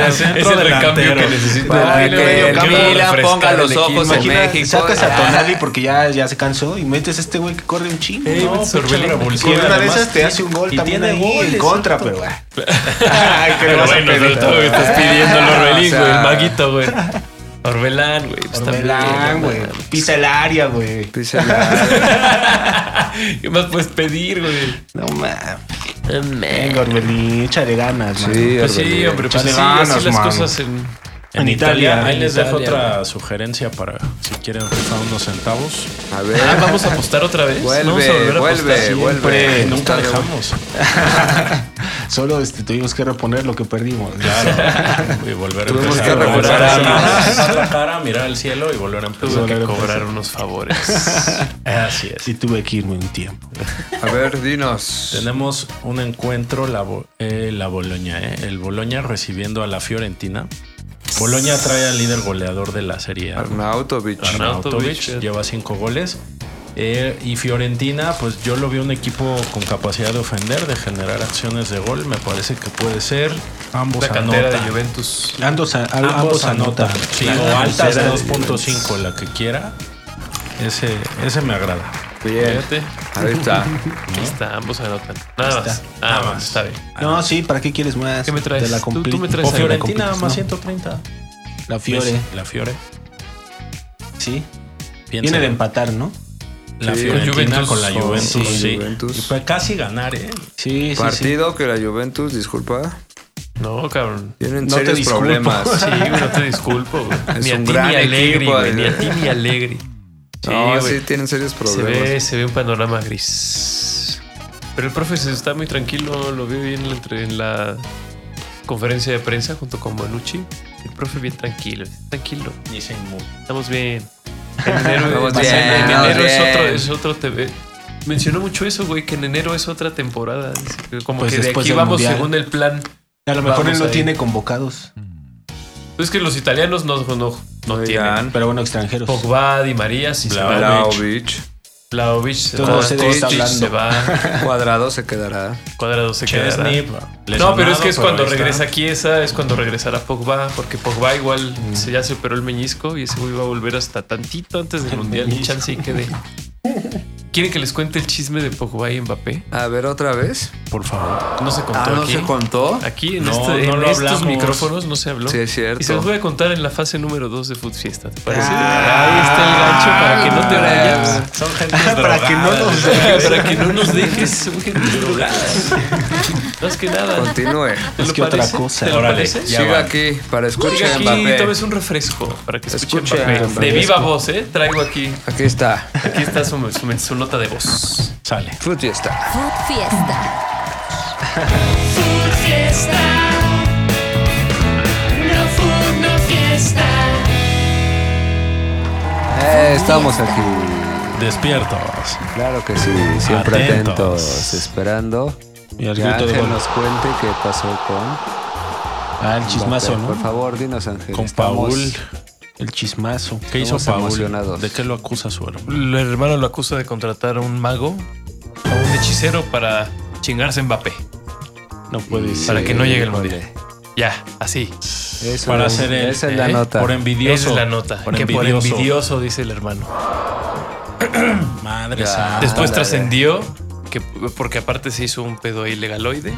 S5: la
S4: Es
S5: defensa.
S4: el recambio que necesita.
S5: Para
S4: el
S5: que
S4: medio
S5: el
S4: campo
S5: Milan
S4: refrescar
S5: ponga
S4: el
S5: los
S4: equipo.
S5: ojos en
S3: Imagina,
S5: México.
S3: sacas a
S5: ya.
S3: Tonali porque ya, ya se cansó y metes a este güey que corre un chingo.
S4: Ey,
S6: No, pinche
S4: pinche pues, Orbelín.
S6: revolución.
S4: Y
S3: Y una de
S6: además
S3: esas te hace un gol
S6: y
S3: también
S6: tiene
S3: ahí
S6: goles,
S3: en contra, pero ah, güey. Ay, ¿qué le
S4: Pero
S3: vas a
S4: bueno,
S3: pedir?
S4: sobre todo que estás pidiendo el Orbelín,
S5: O sea-
S4: güey, el maguito, güey. Orbelán, güey. pues
S3: Orbelán,
S4: también,
S3: güey.
S4: no mames.
S3: Pisa el área, güey.
S5: Dice la-
S4: ¿Qué más puedes pedir, güey? Eh,
S3: No mames. Venga, Orbelín, échale ganas,
S5: Sí,
S4: Pues sí,
S5: Orbelín.
S4: hombre, pues
S3: Échale
S4: sí, así
S3: ganas,
S4: las
S3: mano.
S4: cosas en...
S6: En,
S3: En
S6: Italia,
S3: Italia,
S6: ahí
S4: en
S6: les dejo
S4: Italia,
S6: otra sugerencia para si quieren rifar unos centavos.
S5: A ver,
S4: Ah, ¿vamos a apostar otra vez? ¿Vamos a volver
S5: vuelve,
S4: a apostar?
S5: vuelve, vuelve.
S6: Nunca dejamos.
S3: man. Solo este, tuvimos que reponer lo que perdimos.
S6: Claro. Y volver a
S5: Tuvimos
S6: empezar.
S5: que
S6: a volver a
S5: recuperar.
S6: levantar la cara, mirar al cielo y volver a
S4: Tuve
S6: empezar.
S4: que cobrar unos favores.
S6: Así es.
S3: Sí tuve que irme un tiempo.
S5: a ver, dinos.
S6: Tenemos un encuentro, la, Bo- eh, la Boloña, eh, el Boloña recibiendo a la Fiorentina. Boloña trae al líder goleador de la Serie A.
S5: Arnautovic.
S4: Arnautovic.
S6: Arnautovic lleva cinco goles. Eh, y Fiorentina, pues yo lo veo un equipo con capacidad de ofender, de generar acciones de gol. Me parece que puede ser. Ambos
S4: La cantera de
S6: anotan.
S4: Juventus.
S3: Ambos, a- al-
S6: Ambos
S3: ambos
S6: anotan.
S3: anotan.
S6: Sí,
S3: La
S6: o altas
S3: tercera
S6: de
S3: de
S6: 2.5, la que quiera. Ese, ese me agrada.
S5: Bien.
S4: Fíjate.
S5: Ahí está.
S4: Aquí está, ambos anotan. Nada
S6: Ahí
S4: más.
S6: está.
S4: Nada
S6: Nada
S4: más.
S6: más.
S4: Está bien.
S3: No, sí, ¿para qué quieres más?
S4: ¿Qué me traes?
S3: Te la
S4: Tú-
S3: compli-
S4: tú me traes
S6: O
S4: Esa ahí, la
S6: Fiorentina
S3: compliques,
S6: más
S3: ¿no?
S6: 130.
S3: La Fiore,
S6: La Fiore.
S3: sí.
S6: Piensa
S3: Viene de empatar, ¿no?
S6: la
S5: Sí,
S6: Fiorentina
S4: Juventus.
S6: con la Juventus.
S3: Sí,
S6: sí.
S5: Juventus.
S6: Y fue casi ganar, ¿eh?
S3: Sí, sí, sí.
S5: Partido que la Juventus, disculpa,
S4: No, cabrón.
S5: Tienen
S3: No te
S5: serios
S3: disculpo.
S5: problemas.
S4: Sí, güey, no te disculpo, güey.
S5: Es
S4: Ni a
S5: un
S4: ti ni
S5: gran
S4: alegre,
S5: equipo,
S4: güey. Ni a
S5: güey.
S4: ti ni alegre. Sí,
S5: no,
S4: güey.
S5: sí, tienen serios
S4: se
S5: problemas.
S4: ve, se ve un panorama gris. Pero el profe se está muy tranquilo, lo vi bien en la, entre- en la conferencia de prensa junto con Manucci. El profe bien tranquilo, tranquilo.
S6: Dicen
S4: Estamos bien. En enero,
S5: Estamos
S4: en
S5: bien,
S4: enero
S5: estamos
S4: es otro,
S5: bien.
S4: es otro TV. Mencionó mucho eso, güey, que en enero es otra temporada. Dice que Como
S3: Pues
S4: que de
S3: después
S4: aquí
S3: del
S4: vamos
S3: Mundial.
S4: según el plan.
S3: A lo mejor
S4: Vamos
S3: él no
S4: ahí.
S3: tiene convocados,
S4: Es que los italianos no, no, no tienen.
S5: Oigan.
S3: pero bueno, extranjeros.
S4: Pogba, Di María, si se va.
S5: Vlahovic.
S4: Vlahovic se
S3: Todo
S4: va.
S3: se debe estar
S4: Kostić se
S3: hablando.
S4: va.
S5: Cuadrado se quedará.
S4: Cuadrado se quedará.
S6: Chesney.
S4: No, pero es que es cuando regresa Kiesa, es cuando regresará Pogba, porque Pogba igual se ya se operó el meñisco y ese güey va a volver hasta tantito antes del mundial. Y
S3: meñisco.
S4: chance y quede. ¿Quieren que les cuente el chisme de Pogba y Mbappé?
S5: A ver, otra vez.
S6: Por favor.
S4: No se contó
S5: Ah, ¿no
S4: aquí.
S5: se contó?
S4: Aquí en,
S6: No,
S4: este-
S6: no lo
S4: en estos
S6: hablamos.
S4: micrófonos no se habló.
S5: Sí, es cierto.
S4: Y se los voy a contar en la fase número 2 de Food Fiesta. ¿Te parece?
S5: Ah.
S4: Ahí está el gancho para que no
S6: Ah,
S4: te vayas.
S6: Son gente
S3: Para que no nos
S4: para que no nos dejes drogadas. Más que nada.
S5: Continúe.
S4: ¿Te
S3: Es
S4: lo
S3: que otra
S4: parece?
S3: cosa.
S4: ¿Te lo
S6: Órale.
S4: parece?
S6: Ya
S5: Siga
S6: va.
S5: aquí para escuchar
S4: Oiga,
S5: a
S4: aquí
S5: Mbappé.
S4: tomes un refresco para que escuche
S5: Escuche a
S4: Mbappé.
S5: Mbappé.
S4: De viva voz, ¿eh? Traigo aquí.
S5: Aquí está.
S4: Aquí está su, su- su nota de voz.
S6: Sale.
S5: Fruit Fiesta.
S2: Food Fiesta.
S1: Food Fiesta. No food, no fiesta.
S5: Eh, estamos
S2: Fiesta.
S5: aquí.
S6: Despiertos.
S5: Claro que sí. Siempre atentos.
S6: Atentos.
S5: esperando.
S3: Y el
S5: que
S3: grito de
S5: Ángel
S3: gol.
S5: nos cuente qué pasó con.
S3: Ah, el chismazo,
S5: Mbappé. Por
S3: ¿no?
S5: favor, dinos, Ángel.
S6: Con
S5: Estamos-
S6: Paul.
S3: El chismazo.
S6: ¿Qué hizo
S5: Estamos
S6: Paul?
S5: emocionados.
S6: ¿De qué lo acusa su hermano?
S4: El hermano lo acusa de contratar a un mago, a un hechicero para chingarse a Mbappé.
S3: No puede ser.
S4: Para que no llegue el
S5: Híjole.
S4: mundial. Ya, así.
S5: Eso
S6: Para
S5: es-
S6: hacer el-
S5: Esa es la
S4: ¿eh?
S5: nota.
S6: Por envidioso.
S4: Esa es la nota.
S6: Por
S4: que
S6: envidioso.
S4: por envidioso, dice el hermano.
S6: Madre
S5: Ya.
S3: Ah,
S6: santa.
S4: Después
S5: Ándale.
S4: trascendió que porque aparte se hizo un pedo ilegaloide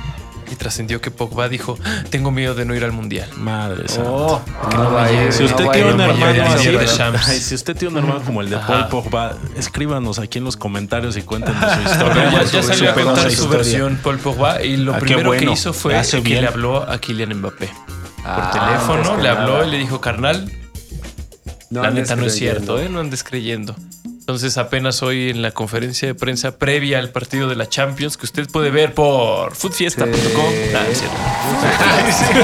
S4: y trascendió que Pogba dijo, "Ah, "Tengo miedo de no ir al mundial."
S6: Madre santa.
S3: Oh,
S5: no va a ir,
S6: Si
S5: no
S6: usted
S5: va a
S6: tiene
S5: ir,
S6: un
S5: no va a ir,
S6: hermano
S5: no va a
S6: así
S5: ir.
S6: de
S4: de Shams.
S6: Ay, si usted tiene un hermano como el de
S4: Ajá.
S6: Paul Pogba, escríbanos aquí en los comentarios y cuéntenos su
S4: Pero
S6: historia.
S4: ya,
S3: ya
S4: ya
S3: subió
S4: salió a
S3: apenas
S4: contar
S3: la
S4: su
S3: historia.
S4: versión Paul Pogba y lo
S3: Ah, qué
S4: primero que
S3: bueno.
S4: hizo fue
S3: Hace
S4: que
S3: bien.
S4: le habló a Kylian Mbappé por
S5: Ah, antes
S4: teléfono,
S5: que
S4: le habló
S5: nada.
S4: y le dijo, "Carnal,
S5: No
S4: la
S5: andes
S4: neta no es
S5: creyendo.
S4: cierto, ¿eh? no andes creyendo." Entonces apenas hoy en la conferencia de prensa previa al partido de la Champions que usted puede ver por foodfiesta.com.
S5: Sí.
S4: Nah, no Ah, es cierto.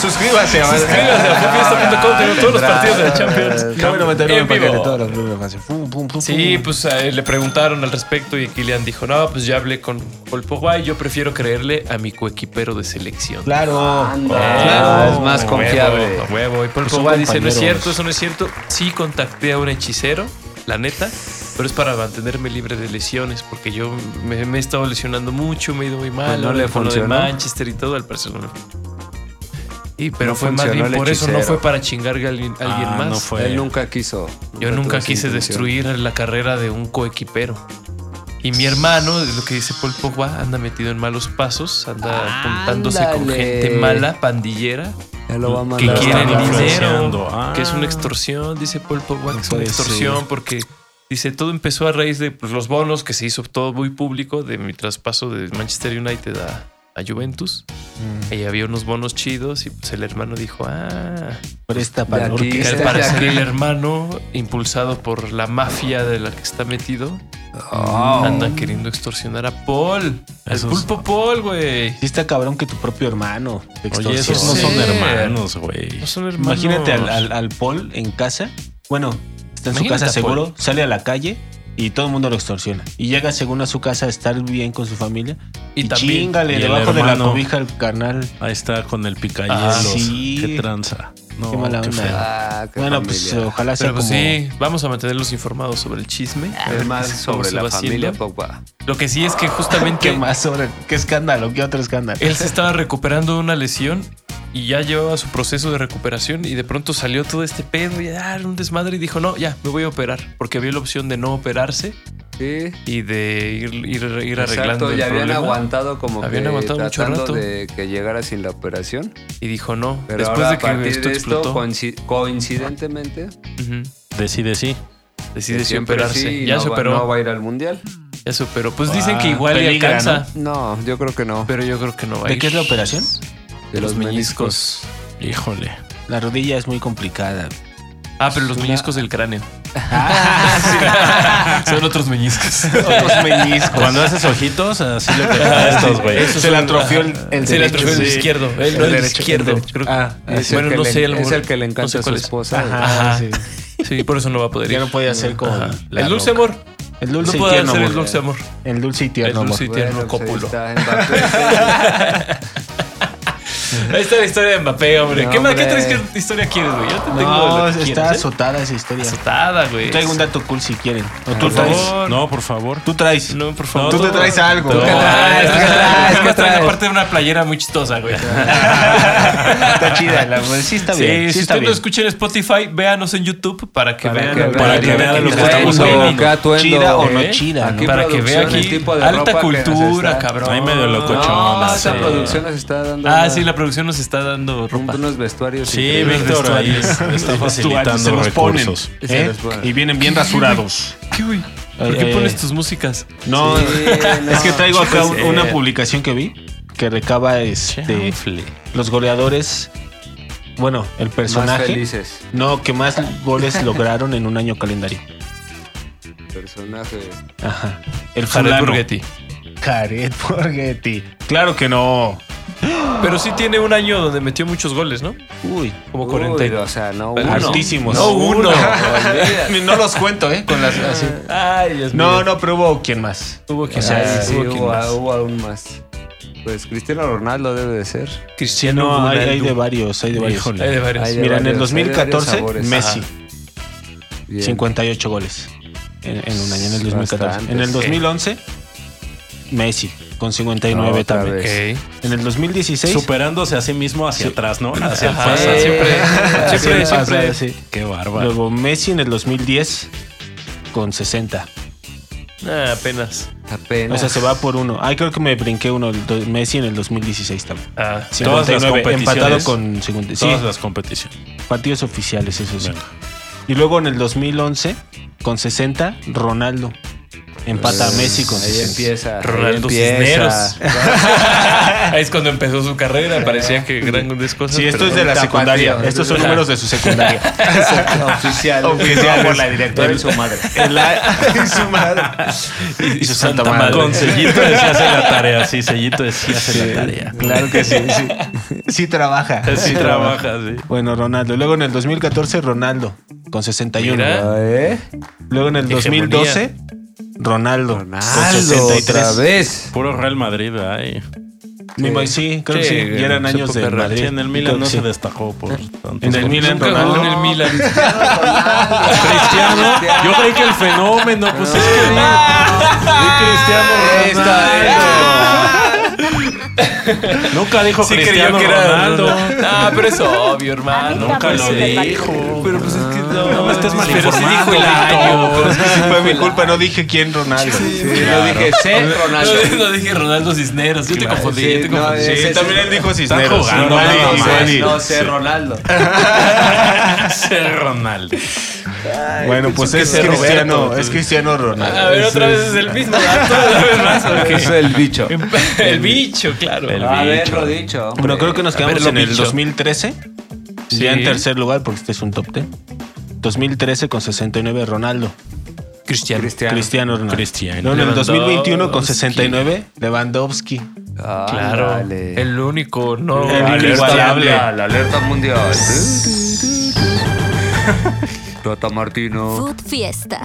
S5: Suscríbase a
S4: Suscríbase a foodfiesta.com, tenemos todos los partidos de la Champions.
S3: Cabe
S4: En
S3: 99 para
S4: vivo.
S3: que todos los clubes hacen pum, pum, pum,
S4: Sí,
S3: pum.
S4: pues a él le preguntaron al respecto y Kylian dijo, no, pues ya hablé con Paul Pogba y yo prefiero creerle a mi coequipero de selección.
S3: Claro. Ah,
S5: Claro, Ah, es más
S4: A
S5: confiable.
S4: Huevo, a huevo. Y Paul
S3: Pues son
S4: Pogba dice, no es
S3: compañeros.
S4: cierto, eso no es cierto. Sí contacté a un hechicero, la neta, pero es para mantenerme libre de lesiones porque yo me, me he estado lesionando mucho, me he ido muy mal.
S5: Pues no
S4: ahora
S5: le
S4: con lo de
S5: funcionó.
S4: Manchester y todo, al personal. Y pero
S5: No
S4: fue más
S5: funcionó
S4: bien
S5: el
S4: por eso, no
S5: hechicero.
S4: fue para chingar a alguien, a alguien
S6: Ah,
S4: más.
S6: no fue.
S5: Él nunca quiso.
S4: Yo
S5: No
S4: nunca
S5: tuvo
S4: quise
S5: esa intención.
S4: destruir la carrera de un coequipero. Y mi hermano, es lo que dice Paul Pogba, anda metido en malos pasos, anda juntándose con
S5: Ah, Ándale.
S4: gente mala, pandillera,
S5: Ya lo va a
S4: que
S5: mandar.
S6: Claro,
S4: quieren
S6: está
S4: dinero,
S6: influenciando. Ah.
S4: que es una extorsión, dice Paul Pogba, que es una
S3: puede
S4: extorsión
S3: ser.
S4: porque dice, todo empezó a raíz de pues, los bonos que se hizo todo muy público de mi traspaso de Manchester United a, a Juventus.
S3: Mm.
S4: Y había unos bonos chidos y pues el hermano dijo, ah,
S3: Presta para
S5: De
S3: el
S5: aquí.
S4: que al
S5: Ese
S4: parecer
S5: de aquí.
S4: el hermano, impulsado por la mafia de la que está metido,
S5: Oh.
S4: andan queriendo extorsionar a Paul. Al
S6: Esos-
S4: pulpo Paul, güey.
S3: Sí está cabrón que tu propio hermano.
S6: Oye,
S3: te extorsione.
S6: esos no
S4: Sí.
S6: son hermanos, güey.
S4: No son hermanos.
S3: Imagínate al, al- al Paul en casa. Bueno, está en su
S4: Imagínate a
S3: casa
S4: Paul.
S3: seguro, sale a la calle y todo el mundo lo extorsiona. Y llega según a su casa a estar bien con su familia.
S4: Y
S3: Y,
S4: también-
S3: chingale
S6: y el
S3: debajo de la
S6: hermano.
S3: cobija el carnal.
S6: Ahí está con el picayelos.
S4: Ah,
S3: sí.
S6: Qué tranza. No,
S3: Qué mala onda.
S6: feo.
S5: Ah, qué
S3: Bueno, pues
S5: familia.
S3: ojalá sea
S4: Pero pues
S3: como...
S4: sí, vamos a mantenerlos informados sobre el chisme.
S5: Es más
S4: eh, ¿Cómo
S5: sobre
S4: se
S5: la
S4: va
S5: familia
S4: haciendo?
S5: Pogba.
S4: Lo que sí es que
S3: ¿Qué
S4: justamente
S3: más sobre? ¿Qué escándalo? ¿Qué otro escándalo?
S4: él se estaba recuperando de una lesión y ya llevaba su proceso de recuperación y de pronto salió todo este pedo y ah, era un desmadre y dijo, no, ya, me voy a operar. Porque había la opción de no operarse
S5: Sí.
S4: y de ir, ir, ir arreglando
S5: Exacto,
S4: el
S5: ya habían
S4: problema.
S5: aguantado como
S4: Habían
S5: que
S4: aguantado mucho
S5: tratando
S4: rato.
S5: de que llegara sin la operación.
S4: Y dijo no.
S5: Pero
S4: Después
S5: ahora,
S4: de
S5: a
S4: que
S5: partir
S4: esto
S5: de esto,
S4: explotó,
S5: coinci- coincidentemente,
S4: ujú,
S6: Decide sí.
S4: decide sí
S5: siempre
S4: operarse.
S5: sí,
S4: ya
S5: no
S4: se
S5: va-
S4: operó.
S5: no va a ir al mundial.
S4: Ya se operó. Pues dicen que
S3: Ah,
S4: igual le
S3: peligra,
S4: alcanza.
S5: No, yo creo que no.
S4: Pero yo creo que no va a
S3: ¿De
S4: ir.
S3: qué es la operación?
S5: De los meniscos.
S6: Híjole.
S3: La rodilla es muy complicada.
S4: Ah, pero los meñiscos del cráneo.
S5: Ah.
S4: Son otros meñiscos.
S6: Cuando haces ojitos, así le pegan a estos, güey.
S3: Se le atrofió el, el
S4: Sí, el
S3: derecho.
S4: otro fue el
S3: sí.
S4: izquierdo. El,
S5: El
S4: no, el
S5: derecho,
S4: izquierdo.
S5: el derecho.
S4: Creo-
S5: Ah, es el
S4: bueno,
S5: que
S4: no
S5: le-
S4: sé. a lo
S5: es
S4: mejor-
S5: el que le encanta
S4: no sé
S5: a su
S4: cuál es.
S5: esposa. Ah,
S4: Ajá.
S3: Ajá, sí.
S4: Sí, por eso no va a poder ir.
S3: Ya no podía ser con
S4: Ajá.
S3: la
S4: El dulce
S3: roca.
S4: amor.
S3: El
S4: No
S3: dulce y
S4: puede
S3: tierno
S4: ser el
S3: amor.
S4: dulce amor.
S3: El dulce y tierno
S4: El
S3: amor.
S4: dulce y tierno
S5: Bueno, pues ahí
S4: cópulo.
S5: está, Mbappé.
S4: Ahí está la historia de Mbappé, hombre.
S5: No,
S4: ¿Qué, más- qué
S5: hombre.
S4: traes- qué historia quieres, güey? Yo te tengo
S3: No,
S4: lo que
S3: está
S4: quieras, ¿eh?
S3: azotada esa historia.
S4: azotada, güey.
S3: Traigo un dato cool si quieren. O tú
S5: Por
S3: traes.
S4: favor.
S6: No, por favor.
S3: Tú traes.
S4: No, por favor.
S3: tú te traes algo.
S4: No,
S3: Tú
S4: no,
S3: te
S5: traes,
S4: no,
S5: tú te
S4: no,
S5: traes,
S4: no,
S5: tú
S4: me traes
S5: traes.
S4: aparte de una playera muy chistosa, güey.
S3: Está chida. La, sí está
S4: Sí,
S3: bien.
S4: si
S3: Sí
S4: usted
S3: está
S4: lo
S3: bien.
S4: escucha en Spotify, véanos en YouTube para que vean.
S5: que
S6: para que vean de lo que estamos
S5: Atuendo,
S6: hablando.
S5: qué atuendo.
S3: Chida o no
S4: ¿Eh?
S3: chida.
S5: Aquí
S3: ¿no?
S4: para que vea
S5: producción,
S4: aquí
S5: el tipo de
S4: alta
S5: ropa que nos
S4: cultura,
S5: está-
S4: cabrón.
S6: Ahí medio locochón,
S5: No,
S6: sí.
S5: esa producción nos está dando.
S4: Ah,
S5: una-
S4: sí, la producción nos está dando
S5: un-
S4: ropa.
S5: unos vestuarios.
S6: Sí,
S5: increíbles.
S6: Víctor ahí está facilitando
S3: Se los ponen.
S6: recursos.
S5: Se
S3: ¿eh?
S5: los ponen.
S3: Y vienen bien rasurados.
S4: ¿Qué, güey? ¿Por qué
S3: Eh,
S4: pones tus músicas?
S3: No,
S5: Sí, no.
S3: es que traigo acá
S4: Chicos,
S3: un- una
S4: eh.
S3: publicación que vi que recaba este,
S6: Chanfle.
S3: los goleadores. Bueno, el
S5: Más
S3: personaje.
S5: felices.
S3: No, que más goles lograron en un año calendario.
S5: Personaje.
S3: Ajá. El
S4: Jared
S3: fulano.
S4: Burgetti.
S3: Jared Borghetti. Claro que no.
S4: Pero sí tiene un año donde metió muchos goles, ¿no?
S3: Uy.
S4: Como
S5: Uy,
S4: 40.
S5: o sea, no
S4: Pero
S5: uno.
S3: Altísimos.
S4: No, uno.
S5: Olvídate.
S3: No los cuento, ¿eh? Con las, así.
S4: Ay, Dios mío.
S3: No, no, pero hubo quien más.
S4: Hubo quien
S5: O sea,
S4: más,
S5: sí,
S4: hubo quien
S5: hubo,
S4: más.
S5: hubo aún más. Pues Cristiano Ronaldo debe de ser.
S4: Cristiano
S3: No, hay,
S4: Ronaldo.
S3: hay de varios, hay de varios.
S4: Hay de varios.
S5: Hay de
S3: Mira, en el
S5: varios, hay de varios
S3: 2014,
S5: sabores.
S3: Messi,
S5: Ajá, bien.
S3: 58 goles. En, en un año, en el 2014.
S5: Bastantes.
S3: En el 2011, Messi, con 59
S5: Otra
S3: también.
S5: vez.
S4: Ok.
S3: En el 2016,
S6: Superándose a sí mismo hacia atrás, ¿no? Hacia el
S4: Ajá,
S6: pasado.
S5: sí.
S4: siempre,
S5: Sí,
S4: siempre,
S3: pasa,
S4: siempre.
S3: sí. Ah,
S6: Qué bárbaro.
S3: Luego Messi en el 2010, con 60.
S4: Ah, apenas.
S5: Apenas.
S3: O sea, se va por uno. Ay, creo que me brinqué uno. el do- Messi en el 2016 también.
S4: Ah,
S6: Todas las
S3: 59, empatado
S6: competiciones.
S3: con 50. Sí,
S6: Todas las competiciones.
S3: partidos oficiales, eso sí.
S6: Venga.
S3: Y luego en el 2011, con 60, Ronaldo. Empata a Messi con
S5: Ah, Ahí
S3: 60.
S5: empieza. ahí
S4: Ronaldo
S5: empieza.
S4: Cisneros. Ahí es cuando empezó su carrera. Parecía que gran cosas.
S3: Sí, esto
S4: pero
S3: es de la
S5: Tapatío.
S3: secundaria. Estos son
S5: Ajá.
S3: números de su secundaria.
S5: Oficial.
S3: Oficial.
S5: por la directora y su madre.
S3: El a-
S5: Y su madre.
S4: y su santa
S3: madre.
S4: madre.
S6: Con sellito de sí hace la tarea. Sí, sellito de sí hace la tarea.
S3: claro que sí, sí. Sí trabaja.
S6: Sí trabaja, sí.
S3: Bueno, Ronaldo. Luego en el 2014, Ronaldo, con 61.
S4: Mira.
S5: Ah, ¿eh?
S3: Luego en el
S4: Hegemonía.
S3: 2012, Ronaldo, con
S5: Ronaldo,
S3: 63.
S5: otra vez.
S6: Puro Real Madrid ahí.
S3: Mi ma- sí, creo que
S4: Sí,
S3: sí. Y eran
S4: en su
S3: años de
S4: época real.
S3: Madrid.
S6: Sí, en el Milan
S3: Creo
S6: no
S3: que
S6: se
S3: sí.
S6: destacó por tanto.
S3: En el Milan,
S4: Nunca jugó en
S3: Ronaldo.
S4: el Milan.
S6: Cristiano. Yo creí que el fenómeno, pues es que
S5: Cristiano Ronaldo.
S6: nunca dijo
S4: Sí creyó
S6: Cristiano
S4: que era
S6: Ronaldo.
S4: Ah, pero es obvio, hermano.
S6: Nunca lo dijo.
S4: Pero pues es que no,
S6: No me estés
S4: Pero sí
S6: malinformando,
S4: dijo el año.
S6: Víctor.
S4: pero es que sí
S3: Fue mi culpa, no dije quién Ronaldo.
S5: Yo dije, sé Ronaldo.
S4: No, no dije Ronaldo Cisneros, yo te confundí, yo te
S5: Sí, no,
S4: confundí.
S5: es-
S3: Sí, también él dijo Cisneros.
S6: jugando,
S3: Igual y-
S6: no mames,
S3: igual y-
S5: No sé Ronaldo.
S6: Ser Ronaldo.
S3: Bueno, pues es
S4: que sea
S3: Cristiano,
S4: Roberto,
S3: es Cristiano Ronaldo.
S4: A ver, otra vez es el mismo dato, una vez más, porque-
S5: Es el bicho.
S4: El bicho, claro.
S6: El
S5: A ver,
S6: bicho.
S5: lo dicho. hombre.
S3: Bueno, creo que nos
S4: A ver,
S3: quedamos
S4: lo
S3: en el
S4: bicho.
S3: 2013.
S4: Sí.
S3: Ya en tercer lugar, porque este es un top 10. 2013 con 69 Ronaldo.
S4: Cristiano.
S5: Cristiano.
S3: Cristiano Ronaldo.
S6: Cristiano.
S3: Luego en el 2021 con
S4: Lewandowski.
S3: 69 Lewandowski.
S5: Ah,
S4: Claro.
S5: dale.
S4: El único, no.
S3: El
S4: Alerta
S3: inigualable.
S4: mundial.
S5: La alerta mundial. Tata Martino.
S2: Food Fiesta.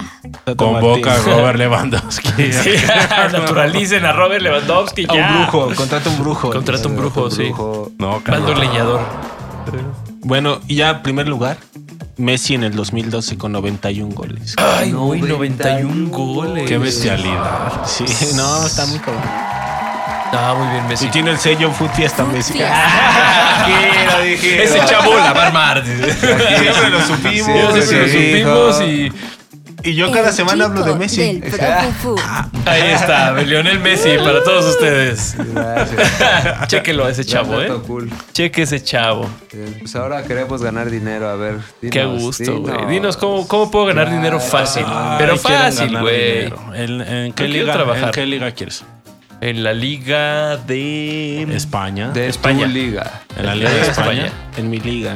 S6: Convoca a
S3: Martín.
S6: Robert Levandowski.
S4: Naturalicen a Robert Lewandowski
S3: a
S4: ya.
S3: un brujo, contrata un brujo.
S4: Contrata un brujo, sí.
S5: Brujo.
S6: No,
S4: Mando un
S6: cabrón.
S4: leñador.
S3: Bueno, y ya primer lugar, Messi en el 2012 con 91 goles.
S4: Ay,
S5: No,
S4: güey, 91
S5: 91
S4: goles.
S6: Ah, Qué bestialidad.
S3: Sí, no, está muy cabrón.
S4: Ah, muy bien, Messi.
S3: Y tiene el sello Food Fiesta Messi.
S2: Fiesta.
S5: Quiero, dije.
S4: Ese chavo la va a armar. dice.
S3: Siempre lo supimos.
S4: Siempre
S5: sí,
S4: lo
S5: sí,
S4: supimos
S5: hijo.
S4: y
S3: Y yo cada
S2: El
S3: semana hablo de
S2: equipo Del
S3: Messi.
S2: profe Food.
S4: ahí está, Lionel Messi para todos ustedes.
S5: Gracias.
S4: Chéquelo a ese chavo, ¿eh?
S5: Dato cool.
S4: Cheque ese chavo.
S5: Bien, Pues ahora queremos ganar dinero, a ver. Dinos,
S4: Qué gusto, güey.
S5: dinos.
S4: Dinos cómo, cómo puedo ganar dinero fácil. Pero
S6: Ay, quieren
S4: fácil,
S6: ganar
S4: güey.
S6: dinero. ¿En, en
S4: Yo
S6: qué
S4: quiero
S6: liga,
S4: trabajar.
S6: ¿En qué liga quieres?
S4: En la liga de...
S6: España.
S5: De
S4: España.
S5: tu liga.
S6: en la Liga de España.
S3: En mi liga.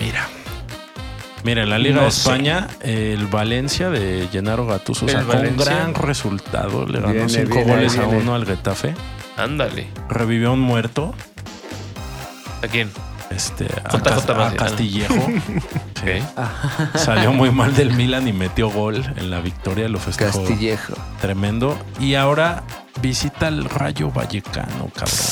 S6: Mira. Mira, en la Liga
S3: No
S6: de
S3: sé.
S6: España, el Valencia de Llenaro Gattuso
S4: El
S6: sacó un
S4: Valencia.
S6: gran resultado. Le ganó
S5: Viene,
S6: cinco
S5: viene,
S6: goles a
S5: viene.
S6: uno al Getafe.
S4: Ándale.
S6: Revivió a un muerto.
S4: ¿A quién?
S6: Este, a,
S4: JJ
S6: Cas- a
S4: Macías.
S6: Castillejo.
S4: Ok.
S5: Ah,
S6: Salió muy mal del Milan y metió gol en la victoria. Lo festejó
S5: Castillejo.
S6: tremendo. Y ahora visita el Rayo Vallecano, cabrón.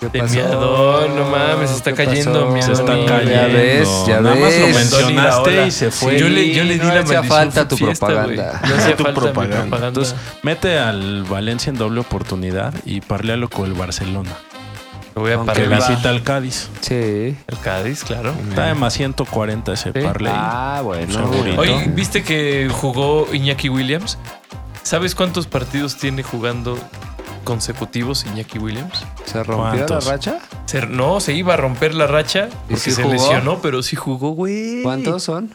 S5: ¿Qué
S4: De
S5: pasó?
S4: miadón, no mames, se está
S5: ¿Qué
S4: cayendo,
S5: pasó?
S4: miadón.
S6: Se está
S4: Ya
S6: cayendo.
S5: Ya ves, ya
S6: Nada más
S5: ves.
S6: lo
S4: Tony
S6: mencionaste
S4: Daola.
S6: y se fue.
S4: Sí, yo, le, yo le di
S5: no
S4: la
S5: hacía
S4: maldición
S5: falta tu
S4: fiesta,
S5: propaganda.
S4: güey. No hacía
S3: Tu
S4: falta mi
S3: propaganda.
S4: propaganda.
S6: Entonces, mete al Valencia en doble oportunidad y parléalo con el Barcelona,
S4: Me voy a
S5: aunque
S6: que
S5: Arriba.
S4: parlar.
S6: visita al Cádiz.
S5: Sí.
S4: El Cádiz, claro.
S6: Está de más 140 ese
S4: Sí.
S6: parlé.
S5: Ah, bueno.
S6: Segurito.
S4: Oye, ¿viste que jugó Iñaki Williams? ¿Sabes cuántos partidos tiene jugando consecutivos Iñaki Williams?
S5: ¿Se rompió
S6: ¿Cuántos?
S5: la racha?
S4: Se- no, se iba a romper la racha
S5: ¿Y
S4: porque
S5: sí
S4: se
S5: jugó?
S4: lesionó, pero sí jugó, güey.
S5: ¿Cuántos son?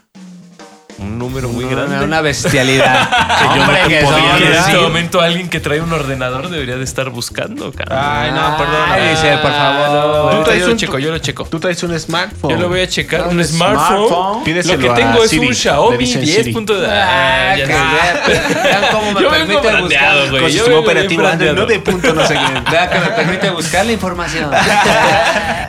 S4: Un número muy
S5: No,
S4: grande.
S5: Una bestialidad.
S6: yo
S5: Hombre,
S6: no te
S5: que
S6: podía
S5: son.
S4: Y en
S6: decir.
S4: este momento alguien que trae un ordenador debería de estar buscando, cara.
S5: Ay, no, perdón. Ay, dice, por favor.
S4: Ahorita
S3: traes
S4: yo lo
S3: un-
S4: checo, yo lo checo.
S3: Tú traes un smartphone.
S4: Yo lo voy a checar. Un
S5: ¿Un
S4: smartphone.
S5: smartphone?
S3: Pídeselo
S4: Lo que
S3: a
S4: tengo es
S3: Siri.
S4: un
S3: Le
S4: Xiaomi
S3: dicen
S4: 10.
S3: Siri.
S4: punto- Ah,
S5: Ah,
S4: ya
S5: que
S4: sé.
S5: vean- vean cómo me
S4: Yo
S5: permite
S4: vengo brandeado,
S5: buscar.
S4: güey.
S3: Con
S4: Yo
S3: sistema
S4: vengo bien
S3: operativo Android
S4: brandeado.
S3: 9 punto no sé qué.
S5: Vean que me permite buscar la información.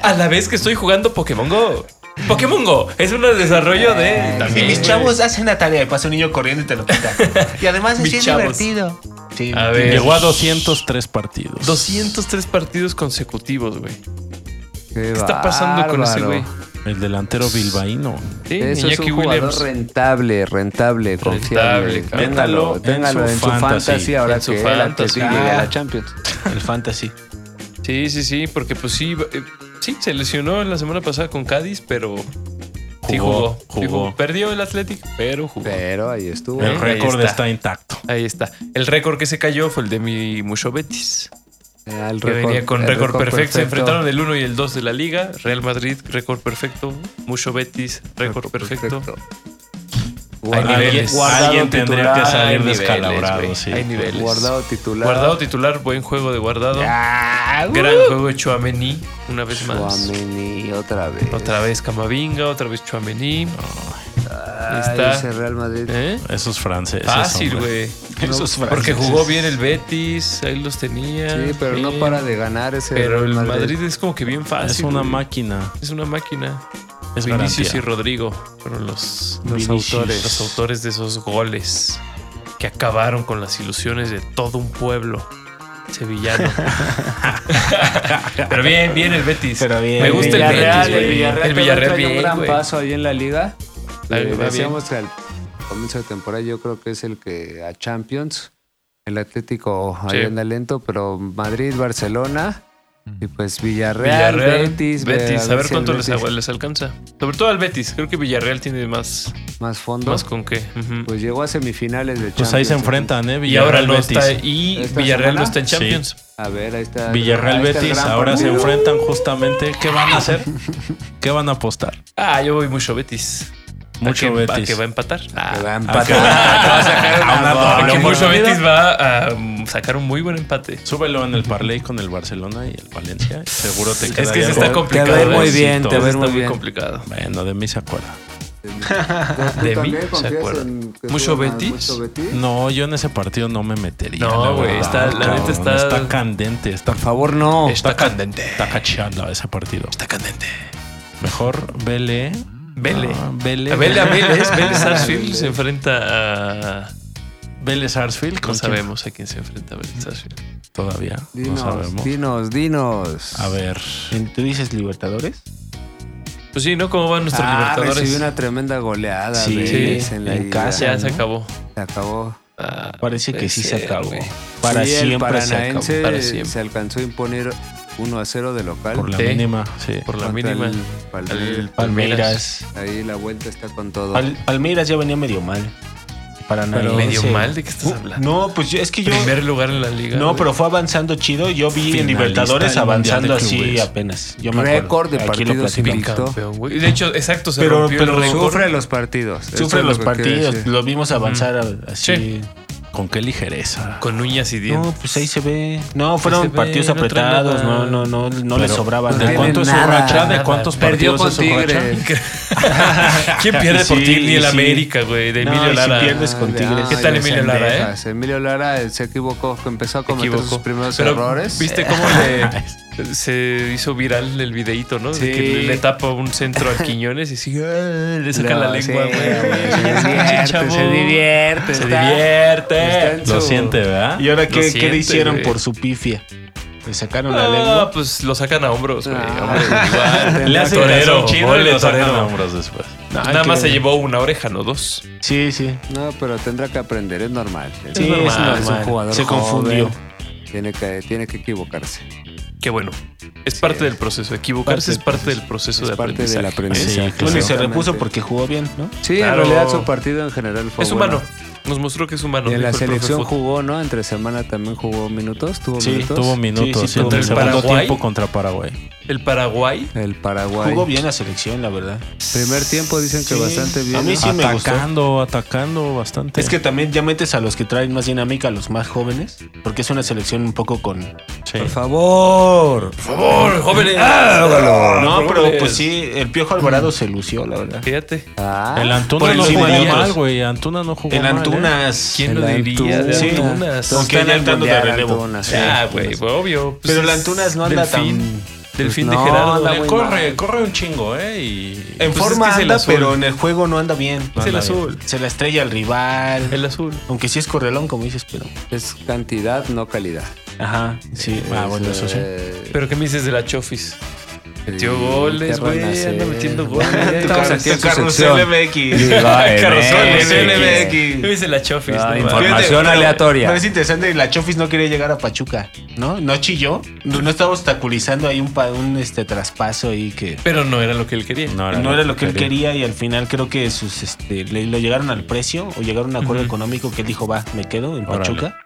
S4: A la vez que estoy jugando Pokémon Go. Pokémon Go es un desarrollo de.
S3: Y
S4: también,
S3: mis
S4: güey.
S3: chavos hacen la tarea y pasa un niño corriendo y te lo quita. Y además
S4: Mis
S3: es bien
S4: chavos.
S3: divertido. Sí.
S4: A ver.
S6: Llegó a 203 partidos.
S4: 203 partidos consecutivos, güey. ¿Qué está pasando con ese güey?
S6: El delantero bilbaíno.
S4: Sí,
S5: Eso es
S4: Iñaki
S5: un jugador
S4: Williams.
S5: rentable, rentable, confiable.
S4: cabrón.
S6: Métalo en
S5: téngalo
S6: su
S5: en su
S6: fantasy.
S5: fantasy ahora
S4: En su
S5: que la que
S4: fantasy.
S5: sí llegue a la Champions.
S3: El fantasy.
S4: Sí, sí, sí, porque pues sí, eh, sí, se lesionó la semana pasada con Cádiz, pero sí
S6: Jugó,
S4: jugó.
S6: jugó.
S4: sí jugó. Perdió el Athletic, pero jugó.
S5: Pero ahí estuvo.
S4: Eh.
S6: El
S4: ahí
S6: récord está.
S4: está.
S6: intacto.
S4: Ahí está. El récord que se cayó fue el de mi Mucho Betis.
S5: Ah, el
S4: Que venía con
S5: el
S4: récord perfecto. Se enfrentaron el 1 y el 2 de la liga. Real Madrid, récord perfecto. Mucho Betis, récord perfecto.
S5: Guardado-
S6: Alguien,
S4: niveles.
S5: guardado
S6: alguien tendría que
S5: titular.
S6: salir
S4: Hay niveles,
S6: descalabrado.
S4: güey.
S6: sí.
S4: Hay niveles.
S5: Guardado titular.
S4: Guardado titular, buen juego de guardado. Gran juego de Chuamení, una vez más.
S5: Titular. otra vez.
S4: Otra vez Camavinga, otra vez Chuamení.
S5: Ay,
S4: está.
S5: ese Real Madrid.
S4: ¿Eh?
S6: Ah, Esos franceses.
S4: Fácil,
S6: hombre.
S4: güey.
S3: Esos
S4: Porque
S3: franceses.
S4: jugó bien el Betis, ahí los tenía.
S5: Sí, pero no
S4: Sí.
S5: para de ganar ese
S4: Pero el
S5: Real
S4: Madrid.
S5: Madrid.
S4: es como que bien fácil.
S6: Es una
S4: güey.
S6: máquina.
S4: Es una máquina.
S6: Es
S4: Vinicius
S6: garantía.
S4: y Rodrigo fueron los,
S5: Los
S4: Vinicius,
S5: autores.
S4: los autores de esos goles que acabaron con las ilusiones de todo un pueblo sevillano. Pero bien, bien el Betis.
S3: Pero bien.
S4: Me gusta el
S5: Villarreal,
S4: Betis, güey.
S5: el Villarreal,
S4: El Villarreal
S5: también trae
S4: bien,
S5: un gran
S4: güey.
S5: paso ahí en la liga.
S4: La-
S5: Eh,
S4: va bien.
S5: decíamos que al comienzo de temporada yo creo que es el que a Champions, el Atlético ahí
S4: Sí. Mm.
S5: anda lento, pero Madrid, Barcelona y pues Villarreal,
S4: Villarreal,
S5: Betis,
S4: Betis,
S5: ve-
S4: a ver
S5: si el
S4: cuánto les,
S5: Betis
S4: les alcanza. Sobre todo al Betis, creo que Villarreal tiene más,
S5: más fondo.
S4: más con qué. Ujú.
S5: Pues llegó a semifinales de Champions.
S6: Pues ahí se enfrentan, ¿eh?
S4: y ahora
S6: Villarreal,
S4: no está
S6: Betis.
S4: y
S5: ¿Esta
S4: Villarreal no
S5: semana?
S4: está en Champions.
S5: A ver, ahí está.
S6: Villarreal
S5: ahí está el
S6: Betis
S5: gran
S6: ahora se
S5: partido.
S6: enfrentan justamente. ¿Qué van a hacer? ¿Qué van a apostar?
S4: Ah, yo voy mucho Betis. ¿A
S6: Mucho
S4: que- a
S6: Betis.
S4: que va a empatar. Ah.
S5: Que va a
S6: Ah, que-
S5: empatar. que va a sacar
S6: A una
S5: una
S6: doble.
S5: bomba.
S4: Porque
S6: Qué
S4: mucho
S6: barbaridad.
S4: Betis va a um, sacar un muy buen empate.
S6: Súbelo en el parlay con el Barcelona y el Valencia. Seguro te queda
S4: Es que se
S6: algo.
S4: está complicado.
S5: Te va a ir muy
S4: ¿eh?
S5: bien,
S4: Sí,
S5: te va a ir
S4: está
S5: muy bien.
S4: complicado.
S6: Bueno, de mí se acuerda.
S5: ¿Tú
S4: De mí
S5: también
S4: se
S5: confías
S4: acuerda.
S5: en que
S4: ¿Mucho
S5: suban a
S4: Betis?
S5: mucho Betis?
S6: No, yo en ese partido no me metería.
S4: No,
S6: la
S4: güey,
S6: verdad,
S4: está- la
S6: cabrón.
S4: neta está-
S6: Está candente. Está,
S5: Por favor, no.
S4: Está candente.
S6: está cacheando ese partido.
S4: Está candente.
S6: Mejor vele.
S4: Vele.
S6: Ah, vele.
S4: A Vélez, a Vélez, Vélez Sarsfield se enfrenta a.
S6: Vélez Sarsfield.
S4: No
S6: ¿con quién?
S4: sabemos a quién se enfrenta Vélez Sarsfield.
S6: Todavía.
S5: Dinos,
S6: no sabemos.
S5: dinos, dinos.
S6: A ver.
S3: ¿Tú dices Libertadores?
S4: Pues sí, ¿no? ¿Cómo van nuestros
S5: Ah,
S4: Libertadores?
S5: recibió una tremenda goleada.
S3: Sí,
S5: Vélez,
S3: sí,
S5: en, la
S3: en
S5: ida.
S3: casa.
S4: Ya
S3: ¿no?
S4: se acabó.
S5: Se acabó.
S4: Ah,
S3: Parece que
S4: puede
S3: sí
S4: ser,
S3: se acabó.
S4: güey.
S3: Para
S5: Sí, el
S3: siempre se acabó.
S5: paranaense
S4: para siempre.
S5: se alcanzó a imponer 1 a 0 de local.
S6: Por la
S4: Sí.
S6: mínima. Sí.
S4: Por la
S5: contra
S4: mínima.
S5: el Palmeiras.
S4: Al-
S3: Palmeiras.
S5: Ahí la vuelta está con todo.
S3: Pal- Palmeiras ya venía medio mal. Para
S6: Pero-
S4: ¿Medio
S6: Sí.
S4: mal? ¿De qué estás
S3: Uh,
S4: hablando?
S3: No, pues yo- es que yo.
S4: Primer lugar en la liga.
S3: No,
S4: güey.
S3: pero fue avanzando chido. Yo vi en
S6: Finalista
S3: Libertadores
S6: del
S3: avanzando
S6: Mundial de
S3: así
S6: Clubes.
S3: apenas. Yo me acuerdo.
S5: Récord de
S3: Aquí lo
S5: partidos
S3: platicamos.
S5: invicto.
S4: Campeón, güey. De hecho, exacto, se
S3: Pero-
S4: rompió
S3: pero
S4: el récord.
S5: Sufre los partidos. Eso
S3: Sufre
S5: es lo
S3: los
S5: que quiero
S3: partidos.
S5: decir.
S3: Los vimos avanzar así.
S4: Sí.
S6: Con qué ligereza.
S4: Con uñas y dientes.
S3: No, pues ahí se ve. No, fueron
S4: se ve,
S3: partidos
S4: no trae
S3: apretados.
S4: nada.
S3: No, no, no, no, le
S6: Pero,
S3: sobraba
S6: ¿De
S3: nada.
S6: cuánto es su
S5: nada.
S6: racha? ¿De
S4: Nada.
S6: cuántos
S5: Perdió
S6: partidos
S5: con
S6: es su racha?
S5: Tigre.
S4: ¿Quién pierde por
S3: pues. Sí,
S4: ti? Ni el
S3: sí.
S4: América, güey, de
S3: No,
S4: Emilio
S3: y si
S4: Lara.
S3: pierdes
S5: Ah,
S3: con Tigres.
S4: ¿Qué tal Emilio Lara, eh?
S5: Lara, Emilio Lara eh, se equivocó, empezó a
S4: Se
S5: cometer
S4: equivocó.
S5: sus primeros
S4: Pero,
S5: errores.
S4: ¿Viste cómo le, se hizo viral el videíto, no? De
S5: Sí.
S4: que le, le tapa un centro a Quiñones y sigue, "Ah", le saca
S5: No,
S4: la lengua,
S5: sí,
S4: güey.
S5: güey, se
S4: Pinche
S5: divierte,
S4: chavo.
S5: se divierte,
S4: Se
S5: está- está
S4: divierte.
S5: en
S6: Lo
S5: su-
S6: siente, ¿verdad?
S3: ¿Y ahora
S4: Lo
S3: qué, qué
S4: siente,
S3: le hicieron
S4: güey.
S3: por su pifia? Le sacaron la
S4: Ah,
S3: lengua.
S4: pues lo sacan a hombros, güey.
S5: Ah.
S4: Hombre, igual.
S5: Le hace
S4: torero,
S6: caso chido y
S4: mole
S6: lo sacan a
S4: torero.
S6: hombros después.
S3: No, Ah, hay
S4: Nada
S3: que
S4: más se
S3: ver.
S4: llevó una oreja, no dos.
S3: Sí, sí.
S5: No, pero tendrá que aprender, es normal.
S3: Sí, es normal. Se confundió.
S5: joven, Tiene que, tiene que equivocarse.
S4: Qué bueno. Es parte del proceso. Equivocarse es parte del proceso
S5: Es
S4: de
S5: parte
S4: aprendizaje.
S5: del aprendizaje.
S6: Sí, claro.
S3: Bueno, y se
S5: Exactamente.
S3: repuso porque jugó bien, ¿no?
S5: Sí,
S4: Claro.
S5: en realidad su partido en general fue
S4: es
S5: bueno.
S4: humano. Nos mostró que es humano.
S5: Y en
S4: dijo
S5: la
S4: el profe
S5: selección
S4: Fut.
S5: jugó, ¿no? Entre semana también jugó minutos, tuvo
S3: Sí,
S5: minutos.
S6: Tuvo minutos
S3: sí, tuvo
S6: en el
S4: minutos.
S6: segundo
S4: Paraguay.
S6: tiempo contra Paraguay.
S4: El Paraguay.
S5: El Paraguay.
S3: Jugó bien la selección, la verdad.
S5: Primer tiempo dicen que
S3: Sí.
S5: bastante bien. Ah,
S3: A mí
S5: ¿no?
S3: sí me gustó.
S6: atacando, atacando bastante.
S3: Es que también ya metes a los que traen más dinámica, a los más jóvenes, porque es una selección un poco con...
S6: Sí.
S5: Por favor.
S4: Por favor, jóvenes.
S3: no, pero
S4: jóvenes.
S3: pues sí, el Piojo Alvarado se lució, la verdad.
S4: Fíjate.
S5: Ah,
S6: El
S3: Por
S6: Antuna no
S3: encima
S6: jugó
S3: de otros.
S6: mal, güey. Antuna no jugó
S3: En
S6: mal. ¿eh?
S3: Antunas...
S4: ¿Quién lo
S5: El
S4: diría? De
S3: Sí,
S4: Antunas.
S3: con
S5: Está
S3: que
S5: en el
S3: andando de
S5: Mundial,
S3: relevo.
S5: Antuna, sí.
S4: Ah, güey, fue obvio.
S3: Pero el Antunas no anda
S4: fin,
S6: ¿eh?
S3: Pues
S4: Del fin
S5: no,
S4: de Gerardo.
S5: anda
S4: Eh,
S5: muy
S4: corre.
S6: Corre, corre un chingo, ¿eh? Y...
S3: En
S4: Pues
S3: forma
S4: es que es el
S3: anda,
S4: azul.
S3: pero en el juego no anda bien.
S4: Es el
S3: Anda
S4: azul.
S3: bien. Se la estrella al rival.
S4: El azul.
S3: Aunque sí es correlón, como dices, pero...
S5: Es cantidad, no calidad.
S3: Ajá, sí.
S6: Ah, bueno, eso sí.
S5: Eh,
S4: Pero ¿qué me dices de la Chofis? Metió
S5: el
S4: goles, güey.
S5: Terra Nacer.
S4: Anda metiendo
S5: Ya
S4: goles.
S5: estamos aquí en su sección.
S3: MX.
S4: Carrusel,
S3: MX.
S4: MX. ¿Qué me dice la Chofis?
S5: Ah,
S4: No,
S5: informa-
S4: mames.
S5: Información
S3: Fíjate, pero-
S5: aleatoria.
S3: Pero es interesante, la Chofis no quería llegar a Pachuca, ¿no? No chilló, no, no estaba obstaculizando ahí un, pa- un este, traspaso ahí que
S4: Pero no era lo que él quería.
S3: no era lo que él quería y al final creo que sus este, le, lo llegaron al precio o llegaron a un acuerdo
S4: Ujú.
S3: económico que él dijo, va, me quedo en
S6: Órale.
S3: Pachuca.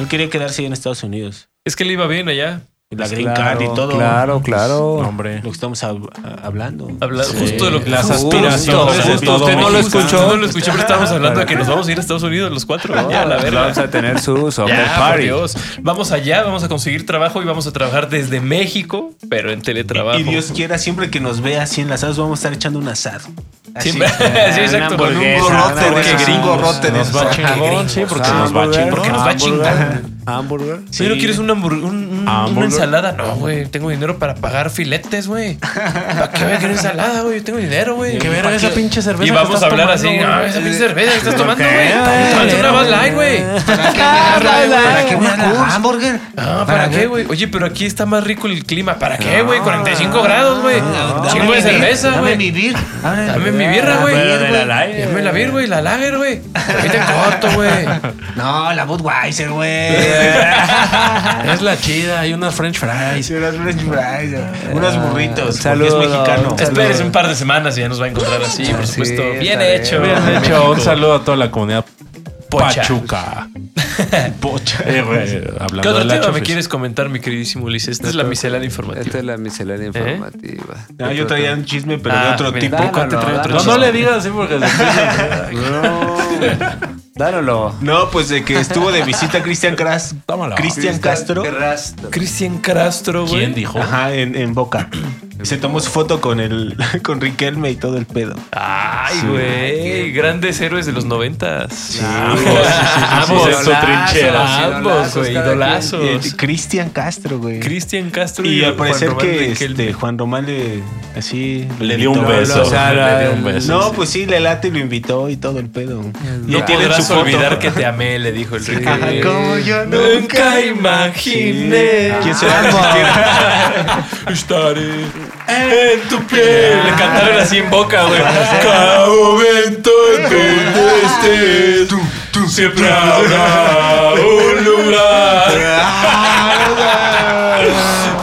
S3: Él quería quedarse ahí en Estados Unidos.
S4: Es que le iba bien allá.
S3: Y La
S5: Pues
S3: green
S5: claro,
S3: card y todo.
S5: Claro, claro.
S6: No, hombre.
S3: Lo que estamos hab- a- hablando.
S4: Habla-
S3: Sí.
S4: Justo de lo que
S6: Las
S4: justo,
S6: aspiraciones
S4: justo,
S6: de
S4: justo,
S6: todo
S4: usted no lo
S6: mexicano.
S4: escuchó. No lo escuché, pero estábamos hablando de que nos vamos a ir a Estados Unidos los cuatro. Ya, la verdad.
S5: Vamos a tener su soccer
S4: Ya, por
S5: party.
S4: Dios. Vamos allá, vamos a conseguir trabajo y vamos a trabajar desde México, pero en teletrabajo.
S3: Y Dios quiera, siempre que nos vea así en las asadas, vamos a estar echando un asado. Así. Ah,
S4: Siempre. sí, exacto. Con un gorrote
S3: una
S4: de
S3: hamburguesa.
S4: gringo.
S3: gorrote de
S6: Nos va
S3: esos.
S6: chingón, sí, porque
S5: Ah,
S6: nos va
S5: hamburguer,
S6: chingón.
S4: Porque nos va a chingar.
S5: Hamburger.
S4: Si no quieres una, hambur- un- un- una
S6: Hamburger.
S4: ensalada, no, güey. Tengo dinero para pagar filetes, güey. ¿Para qué voy a querer ensalada, güey? Yo tengo dinero, güey.
S6: Que ver
S4: ¿Para
S6: esa pinche cerveza
S4: Y
S6: que
S4: vamos
S6: estás
S4: a hablar
S6: tomando,
S4: así.
S6: güey.
S4: No, esa pinche cerveza que estás tomando, güey.
S6: güey?
S4: Tómate una Bud Light, güey.
S3: ¿Para qué una hamburger?
S4: Ah, ¿para qué, güey? Oye, pero aquí está más rico el clima. ¿Para qué,
S6: Ah,
S4: güey? 45 grados, güey. Chingo de cerveza,
S3: Ah, Dame
S4: güey.
S3: mi beer. Ah,
S4: Dame mi birra, güey.
S6: Pero de la light.
S4: Dame la birra, güey. La lager, güey. Aquí te corto, güey.
S3: No, la Budweiser, güey.
S6: Es la chida, hay unas French fries.
S3: unas French fries, güey. unos burritos. porque
S5: saludo.
S3: es mexicano.
S5: Saludos.
S4: Espérese un par de semanas y ya nos va a encontrar así, por
S5: Así
S4: supuesto. Bien
S5: está
S4: hecho.
S5: bien.
S6: Bien hecho,
S4: México.
S6: un saludo a toda la comunidad
S4: Pocha.
S6: Pachuca.
S3: Pocha.
S6: Eh, güey,
S4: ¿Qué
S6: hablando de
S4: otro
S6: la
S4: tema me
S6: Chofis.
S4: quieres comentar, mi queridísimo Ulises? Esta es la
S3: Este
S4: miscelánea informativa.
S5: Esta es la
S4: ¿Eh?
S5: miscelánea informativa.
S3: No, Ah, yo traía un chisme, pero de
S4: Ah,
S3: otro
S4: mira,
S3: tipo.
S4: dale,
S3: ¿Cuál te trae
S5: dale,
S3: otro
S6: No,
S3: chisme?
S6: no le digas así porque se empieza.
S5: No. Dáralo.
S3: No, pues de que estuvo de visita Cristian Cras-
S6: Tómalo.
S3: Cristian Castro.
S5: Castro.
S4: Cristian Castro, güey.
S6: ¿Quién dijo?
S3: Ajá, en, en Boca. Y se tomó su foto con el con Riquelme y todo el pedo.
S4: Ay, güey. Grandes héroes de los noventas.
S6: Ambos en su trinchera.
S4: Ambos, güey.
S5: Idolazos,
S4: Idolazos.
S3: Eh, Cristian Castro, güey.
S4: Cristian Castro
S3: y al
S4: Juan
S3: parecer
S4: Román
S3: que
S4: Riquelme.
S3: este, Juan Román le así
S6: Le dio un
S3: invitó,
S6: beso.
S3: lo-
S5: o sea,
S6: Le dio un
S5: el-
S6: beso.
S3: No, pues sí, le late y lo invitó y todo el pedo. Y
S4: No
S3: ahí tienen
S4: podrás
S3: foto.
S4: olvidar que te amé, le dijo el
S3: Ajá,
S4: Riquelme.
S3: como yo
S4: Nunca imaginé.
S3: ¿Quién se va a resistir?
S4: Estaré en
S3: Eh.
S4: tu piel. Le cantaron así en boca, güey.
S3: Ah,
S4: Cada momento en que estés, siempre habrá un lugar.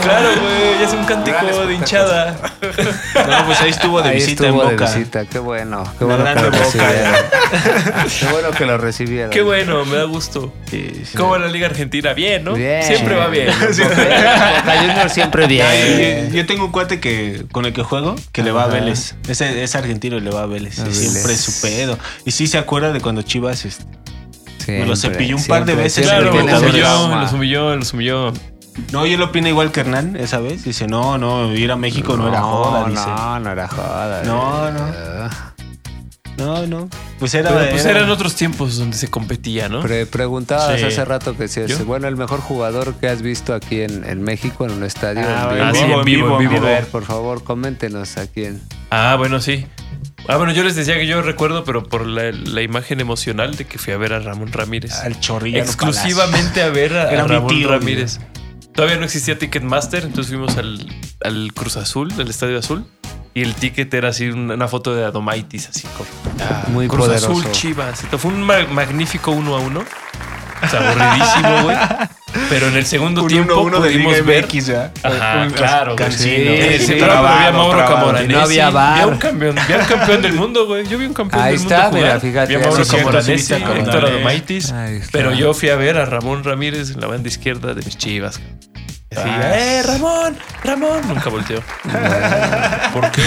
S4: Claro, güey, ya es un cántico de hinchada.
S3: No, pues ahí estuvo de
S5: Ahí
S3: visita
S5: estuvo
S3: en Boca.
S5: de visita, qué bueno. Qué bueno,
S3: gran
S5: que lo
S3: Boca.
S5: recibieron. qué bueno que lo recibieron.
S4: Qué bueno, me da gusto.
S3: Sí, sí.
S4: ¿Cómo va la Liga Argentina? Bien, ¿no?
S5: Bien.
S4: Siempre va bien.
S5: Boca, Boca Junior siempre
S3: Ay,
S5: bien.
S3: Ah, Yo, yo tengo un cuate que con el que juego que le va a Vélez. Es, es argentino y le va a Vélez.
S5: A
S3: Y Siempre
S5: Vélez.
S3: es su pedo. Y sí se acuerda de cuando Chivas este,
S5: Siempre,
S3: lo cepilló un par de
S5: siempre,
S3: veces,
S5: siempre
S4: Claro,
S3: Pero
S5: tiene
S4: los
S3: tienes
S5: ese
S3: el
S4: humilló,
S5: trauma.
S4: los humilló, los humilló.
S3: No, y él opina igual que Hernán esa vez. Dice, no, no, ir a México no, era joda, dice.
S5: No, no era joda. eh.
S3: No,
S5: no.
S3: No, no. Pues era.
S4: Pero pues
S3: era-
S4: eran otros tiempos donde se competía, ¿no?
S5: Pre- preguntabas
S6: Sí.
S5: hace rato que si es,
S4: ¿Yo?
S5: bueno, el mejor jugador que has visto aquí en, en México, en un estadio.
S3: Ah,
S5: en
S3: ah,
S5: vivo.
S3: sí, en vivo, en
S5: A
S3: vivo.
S5: ver, por favor, coméntenos aquí en.
S4: Ah, bueno, sí. Ah, bueno, yo les decía que yo recuerdo, pero por la, la imagen emocional de que fui a ver a Ramón Ramírez.
S3: Al chorrillo.
S4: Exclusivamente a ver a, a
S3: Era mi
S4: Ramón
S3: tío,
S4: Ramírez. Todavía no existía Ticketmaster, entonces fuimos al, al Cruz Azul, al Estadio Azul, y el ticket era así una, una foto de Adomaitis, así como ah,
S5: Muy
S4: Cruz
S5: poderoso.
S4: Azul, Chivas. Entonces, fue un ma- magnífico uno a uno. O sea, aburridísimo, güey. Pero en el segundo tiempo pudimos ver.
S3: ya.
S4: Ajá,
S3: Un-
S4: claro. güey.
S3: Cancino.
S4: Sí, sí,
S5: sí,
S4: claro, pero había
S5: trabado,
S4: Mauro
S5: trabado.
S4: Camoranesi.
S5: No había VAR.
S4: Vi a un campeón, vi a un campeón del mundo, güey. Yo vi un campeón
S5: Ahí
S4: del mundo
S5: está,
S4: jugar.
S5: mira, fíjate,
S4: Vi a
S5: ya
S4: Mauro
S5: sí es cierto,
S4: Camoranesi,
S6: sí,
S4: a Héctor
S6: ándale.
S4: Adomaitis.
S5: Ahí está.
S4: Pero yo fui a ver a Ramón Ramírez en la banda izquierda de mis chivas. Y así,
S6: Ah.
S4: ¡eh, Ramón! ¡Ramón! Nunca volteó.
S6: ¿Por qué?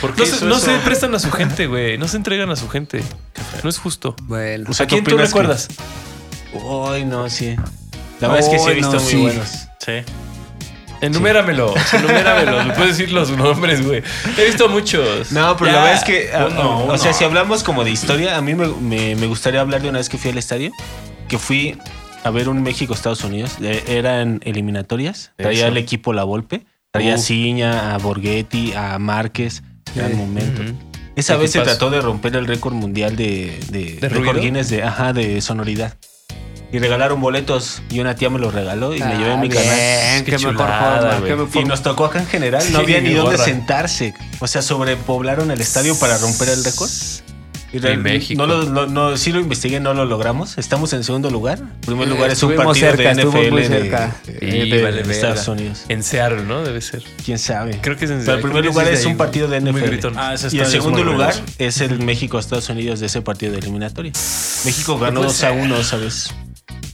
S6: ¿Por qué
S4: No,
S6: hizo
S4: se, no
S6: eso?
S4: se prestan a su gente, güey. No se entregan a su gente. No es justo.
S5: Bueno,
S3: O sea,
S4: ¿A
S3: ¿qué
S4: quién tú
S3: opinas que-
S4: recuerdas?
S3: Ay, no, sí. La verdad es que sí he
S5: Ay,
S3: visto
S5: no,
S3: muy
S5: sí.
S3: buenos.
S6: Sí.
S4: Enuméramelo, enuméramelo. Me puedes decir los nombres, güey. He visto muchos.
S3: No, pero
S4: Pues,
S3: la
S4: Ya,
S3: verdad es que. a-
S6: uno,
S3: a-
S6: uno.
S3: O sea, si hablamos como de historia, a mí me, me- me gustaría hablar de una vez que fui al estadio, que fui a ver un México-Estados Unidos. Eh, Eran eliminatorias. Traía
S6: Eso.
S3: el equipo La Volpe. Traía a
S4: Uh.
S3: Ciña, a Borghetti, a Márquez. Gran momento.
S4: Ujú.
S3: Esa
S4: Qué
S3: vez se
S4: equipazo.
S3: trató de romper el récord mundial de, de,
S4: ¿De
S3: récord
S4: ruido?
S3: Guinness de, ajá, de sonoridad. Y regalaron boletos y una tía me los regaló y me llevé
S4: Ah,
S3: mi
S5: Ah, bien,
S3: canal.
S5: qué,
S4: Qué
S5: mejor
S4: chulada,
S5: forma,
S4: güey.
S5: qué
S3: Y
S5: mejor-
S3: nos tocó acá en general, no
S4: Sí,
S3: había ni dónde
S4: gorra.
S3: sentarse. O sea, sobrepoblaron el estadio para romper el récord. Y
S4: En
S3: no
S4: México.
S3: lo- no- no- sí lo investigué, no lo logramos. Estamos en segundo lugar. primer
S4: Eh,
S3: lugar es un
S5: Estuvimos
S3: partido
S5: cerca,
S3: de
S5: estuvimos
S3: NFL
S5: muy
S3: de-
S5: cerca.
S3: de,
S4: Sí,
S3: Eh, de
S4: vale,
S3: Estados
S4: verga.
S3: Unidos.
S4: En Seattle, ¿no? Debe ser.
S3: ¿Quién sabe?
S4: Creo que es en
S3: Pero el primer lugar es un partido de
S4: Muy
S3: NFL.
S4: gritón.
S6: Ah, ese
S3: Y el
S6: estadio es
S3: segundo
S6: muy
S3: lugar
S6: bueno.
S3: es el México-Estados Unidos de ese partido de eliminatoria. México ganó
S4: No puede
S3: 2 a 1, ¿sabes?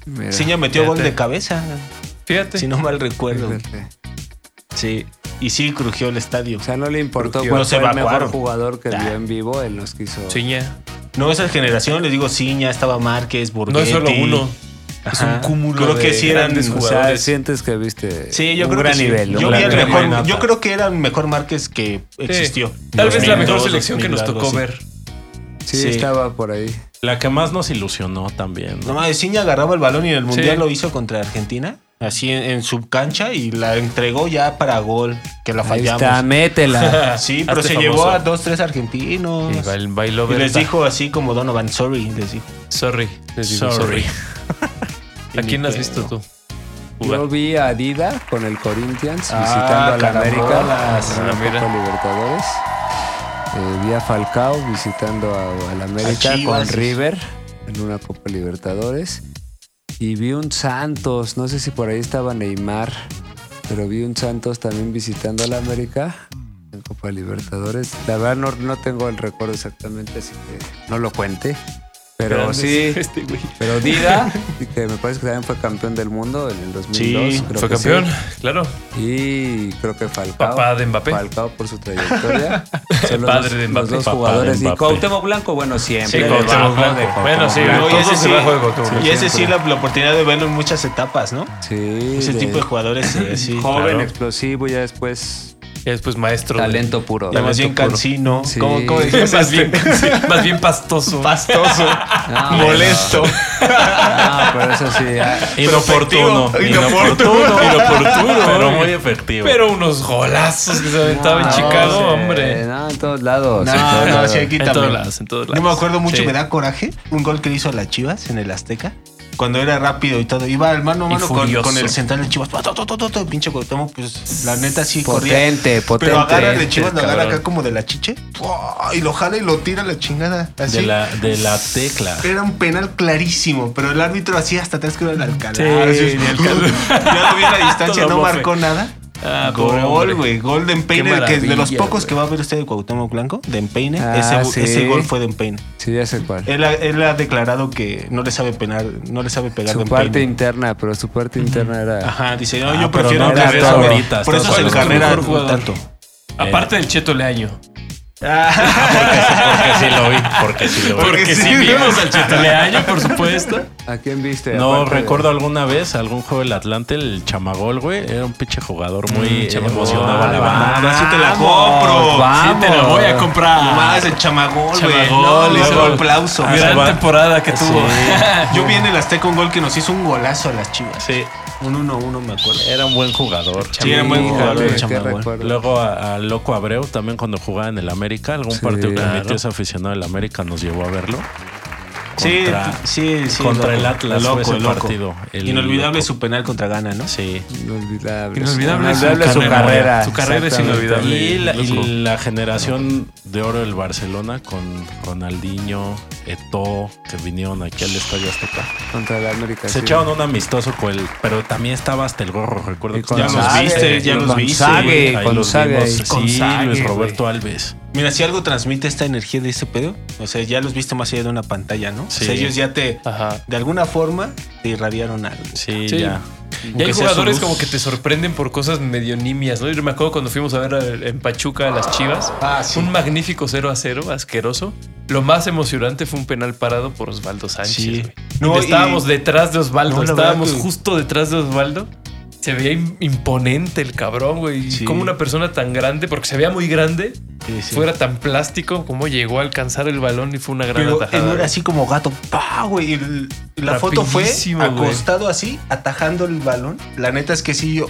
S5: Mira,
S3: Ciña metió gol
S4: Pues, eh, fíjate.
S3: de cabeza,
S4: Fíjate.
S3: si no mal recuerdo.
S5: fíjate.
S3: Sí, y sí crujió el estadio.
S5: O sea, no le importó
S3: Porque
S5: cuál
S3: nos
S5: fue el mejor
S3: evacuaron.
S5: jugador que
S3: Ah.
S5: vio en vivo, él nos quiso.
S4: Chiña.
S3: No, esa generación, les digo, Ciña, estaba Márquez,
S4: No
S3: Borghetti.
S4: es solo uno. Es
S3: Ajá.
S4: un cúmulo.
S3: Creo que
S4: de
S3: sí eran-
S4: grandes
S5: O
S4: jugadores.
S5: sea, sientes que viste
S3: Sí, yo
S5: un
S3: creo
S5: gran
S3: que sí.
S5: nivel.
S3: yo,
S5: un
S3: vi
S5: gran
S3: al
S5: nivel.
S3: mejor-
S6: Renata.
S3: yo creo que era el mejor Márquez que
S4: Sí.
S3: existió.
S4: Tal vez la
S3: 2002,
S4: mejor selección que nos
S3: 2000,
S4: tocó
S3: algo así.
S4: ver.
S5: Sí,
S3: Sí.
S5: estaba por ahí.
S6: La que más nos ilusionó también.
S3: No
S6: ¿no?
S3: mames, Ciña agarraba el balón y en el mundial
S4: Sí.
S3: lo hizo contra Argentina. Así en, en su cancha y la entregó ya para gol, que la
S5: Ahí
S3: fallamos. Ah,
S5: está, métela.
S3: Sí, pero
S4: Hazte
S3: se
S4: famoso.
S3: llevó a dos, tres argentinos.
S4: Y bail- bailó
S3: Y les
S4: Berta.
S3: dijo así como Donovan, sorry, les dijo.
S4: Sorry. Les digo
S6: Sorry.
S4: sorry. ¿A quién has visto tú? Jugar.
S5: Yo vi a Dida con el Corinthians
S3: Ah,
S5: visitando a la América,
S3: carambolas.
S5: en la
S4: Ah, mira.
S5: Copa Libertadores. Eh, vi a Falcao visitando a, a la América
S3: A Chivas.
S5: con River en una Copa Libertadores. Y vi un Santos, no sé si por ahí estaba Neymar, pero vi un Santos también visitando a la América en Copa Libertadores. La verdad no, no tengo el recuerdo exactamente, así que no lo cuente. Pero
S4: Grandes.
S5: sí,
S4: Este güey.
S5: pero Dida, que me parece que también fue campeón del mundo en el 2002.
S3: Sí,
S5: creo
S4: Fue
S5: que sí.
S4: campeón, claro.
S5: Y creo que Falcao.
S4: Papá de Mbappé.
S5: Falcao por su trayectoria. Son los
S4: Padre
S5: dos-
S4: de Mbappé.
S5: Los dos
S6: Papá de
S5: jugadores. Y
S6: Mbappé.
S5: Cuauhtémoc Blanco, bueno, siempre.
S4: Sí,
S5: debajo de
S4: Cuauhtémoc Blanco.
S5: Cuauhtémoc
S4: Bueno, sí,
S5: Blanco.
S4: no,
S3: y ese
S4: Todos
S3: sí,
S4: debajo de Cuauhtémoc
S3: y ese sí la, la oportunidad de verlo en muchas etapas, ¿no?
S5: Sí,
S3: Ese
S5: de-
S3: tipo de jugadores, eh, sí.
S5: Joven,
S4: claro.
S5: explosivo, ya después
S4: Y después pues, maestro. de-
S5: talento puro.
S3: Y además bien
S4: puro.
S3: cansino.
S5: Sí.
S3: ¿Cómo, cómo dijiste?
S4: más, bien, más bien pastoso.
S3: Pastoso,
S5: Ah, bueno.
S3: molesto.
S5: Ah, pero eso sí. ah,
S6: Inoportuno.
S7: efectivo,
S6: Inoportuno.
S4: inoportuno,
S6: Pero
S4: güey.
S6: muy efectivo.
S4: Pero unos golazos que se aventaba en
S5: no,
S4: Chicago,
S5: eh,
S4: hombre.
S5: No, en todos lados. en
S3: No,
S5: todos
S3: no,
S5: lados.
S3: sí, aquí
S4: En todos
S3: también.
S4: lados, en todos
S3: No
S4: lados.
S3: me acuerdo mucho,
S4: Sí.
S3: me da coraje. Un gol que le hizo a las Chivas en el Azteca. Cuando era rápido y todo. Iba al mano a
S4: Y
S3: mano con,
S4: furioso.
S3: con el central de Chivas. Todo, todo, todo, todo, pinche Cuauhtémoc, pues la neta sí corría.
S5: Potente, potente. este
S3: Pero agarra de Chivas, lo
S4: Cabrón.
S3: agarra acá como de la chiche. ¡pua! Y lo jala y lo tira a la chingada. Así.
S6: de, la, de la tecla.
S3: Era un penal clarísimo, pero el árbitro hacía hasta atrás que era el Ah, alcalde.
S4: Sí, ni Alcalá.
S3: ya lo vi a la distancia,
S4: Todo
S3: no
S4: mofe.
S3: marcó nada.
S4: Ah, pobre hombre.
S3: gol, güey. Gol de
S4: Qué
S3: empeine. el que de los
S4: maravilla,
S3: pocos
S4: güey.
S3: que va a ver usted de Cuauhtémoc Blanco, de empeine.
S5: Ah,
S3: ese,
S5: sí.
S3: ese gol fue de empeine.
S5: Sí, ya sé cuál.
S3: Él, ha- él ha declarado que no le sabe penar, no le sabe pegar de
S5: Su
S3: empeine.
S5: parte interna, pero su parte interna era.
S3: Ajá, dice, no,
S6: Ah,
S3: yo
S6: pero
S3: prefiero
S6: no
S3: que
S6: era
S3: eso,
S6: todo
S3: güey.
S6: ahorita,
S3: Por
S6: estás
S3: eso se
S4: hablando de tu
S3: encarrera
S4: mejor jugador.
S3: tanto.
S4: Aparte del Cheto Leaño.
S6: Porque, sí- porque sí lo vi, porque sí lo vi.
S4: Porque si
S7: sí.
S4: vimos al chetaleaño, por supuesto.
S5: ¿A quién
S4: este,
S5: viste?
S6: No,
S5: Aparte de-
S6: recuerdo alguna vez algún juego del Atlante, el Chamagol, güey. Era un pinche jugador
S3: Mm,
S6: muy emocionado.
S3: Ah,
S6: la banda.
S3: Ahora sí te la
S4: Vamos,
S3: compro.
S4: vamos.
S3: Sí te la voy a comprar.
S4: No
S3: Más
S4: más,
S3: el
S4: el
S3: chamagol,
S4: güey.
S3: No,
S4: No,
S3: le
S4: luego-
S3: hizo un aplauso.
S6: Ah,
S4: Gran
S6: va.
S4: temporada que tuvo.
S3: Yo vi en el Azteca un gol que nos hizo un golazo a las chivas.
S6: Sí,
S3: Un 1-1, me acuerdo.
S6: era un buen jugador.
S3: Sí, era un buen
S5: Híjole,
S3: jugador el
S5: qué
S3: chamagol.
S5: recuerdo.
S6: Luego a, a Loco Abreu, también cuando jugaba en el América, algún
S5: Sí,
S6: partido que
S5: claro.
S6: metió ese aficionado del América nos llevó a verlo.
S3: Sí,
S6: Contra-
S3: sí, sí.
S6: contra el Atlas fue ese
S3: loco.
S6: partido, el
S3: Inolvidable
S6: loco.
S3: su penal contra Ghana, ¿no?
S6: Sí.
S5: Inolvidable.
S4: Inolvidable es
S5: su, carrera.
S4: Su carrera es
S5: Exactamente.
S4: inolvidable.
S6: Y la, y
S4: Loco.
S6: la generación de oro del Barcelona con Ronaldinho, Eto, que vinieron aquí al Estadio Azteca.
S5: Contra el América.
S6: Se
S5: sí.
S6: echaron un amistoso con él, pero también estaba hasta el gorro, recuerdo.
S5: Y
S6: que
S5: con
S3: Ya
S6: estaba-
S3: los viste, ya los viste.
S5: Sague,
S6: Ahí
S5: con
S6: los
S5: Sague.
S6: vimos. Sí,
S3: Con Sague,
S6: Luis
S3: güey.
S6: Roberto Alves.
S3: Mira, si algo transmite esta energía de ese pedo, o sea, ya los viste más allá de una pantalla, ¿no?
S6: Sí.
S3: O sea, ellos ya te,
S4: Ajá.
S3: de alguna forma, te irradiaron algo.
S6: Sí,
S4: Sí.
S6: ya.
S4: Y hay
S3: Aunque sea
S4: jugadores
S3: su luz.
S4: como que te sorprenden por cosas medio nimias, ¿no? Yo me acuerdo cuando fuimos a ver a- en Pachuca a las Chivas,
S3: Ah,
S4: un magnífico 0 a 0, asqueroso. Lo más emocionante fue un penal parado por Osvaldo Sánchez.
S3: Sí.
S4: güey.
S3: No,
S4: Donde
S3: y-
S4: estábamos detrás de Osvaldo,
S3: No, la
S4: estábamos
S3: verdad que-
S4: justo detrás de Osvaldo. Se veía im- imponente el cabrón, güey. Y
S3: Sí.
S4: Como una persona tan grande, porque se veía muy grande,
S3: Sí, sí.
S4: fuera tan plástico, como llegó a alcanzar el balón y fue una gran
S3: Pero
S4: atajada.
S3: él era
S4: güey.
S3: así como gato, pa, güey. y el- La foto fue
S4: Rapidísimo, güey.
S3: acostado así, atajando el balón. La neta es que sí, yo.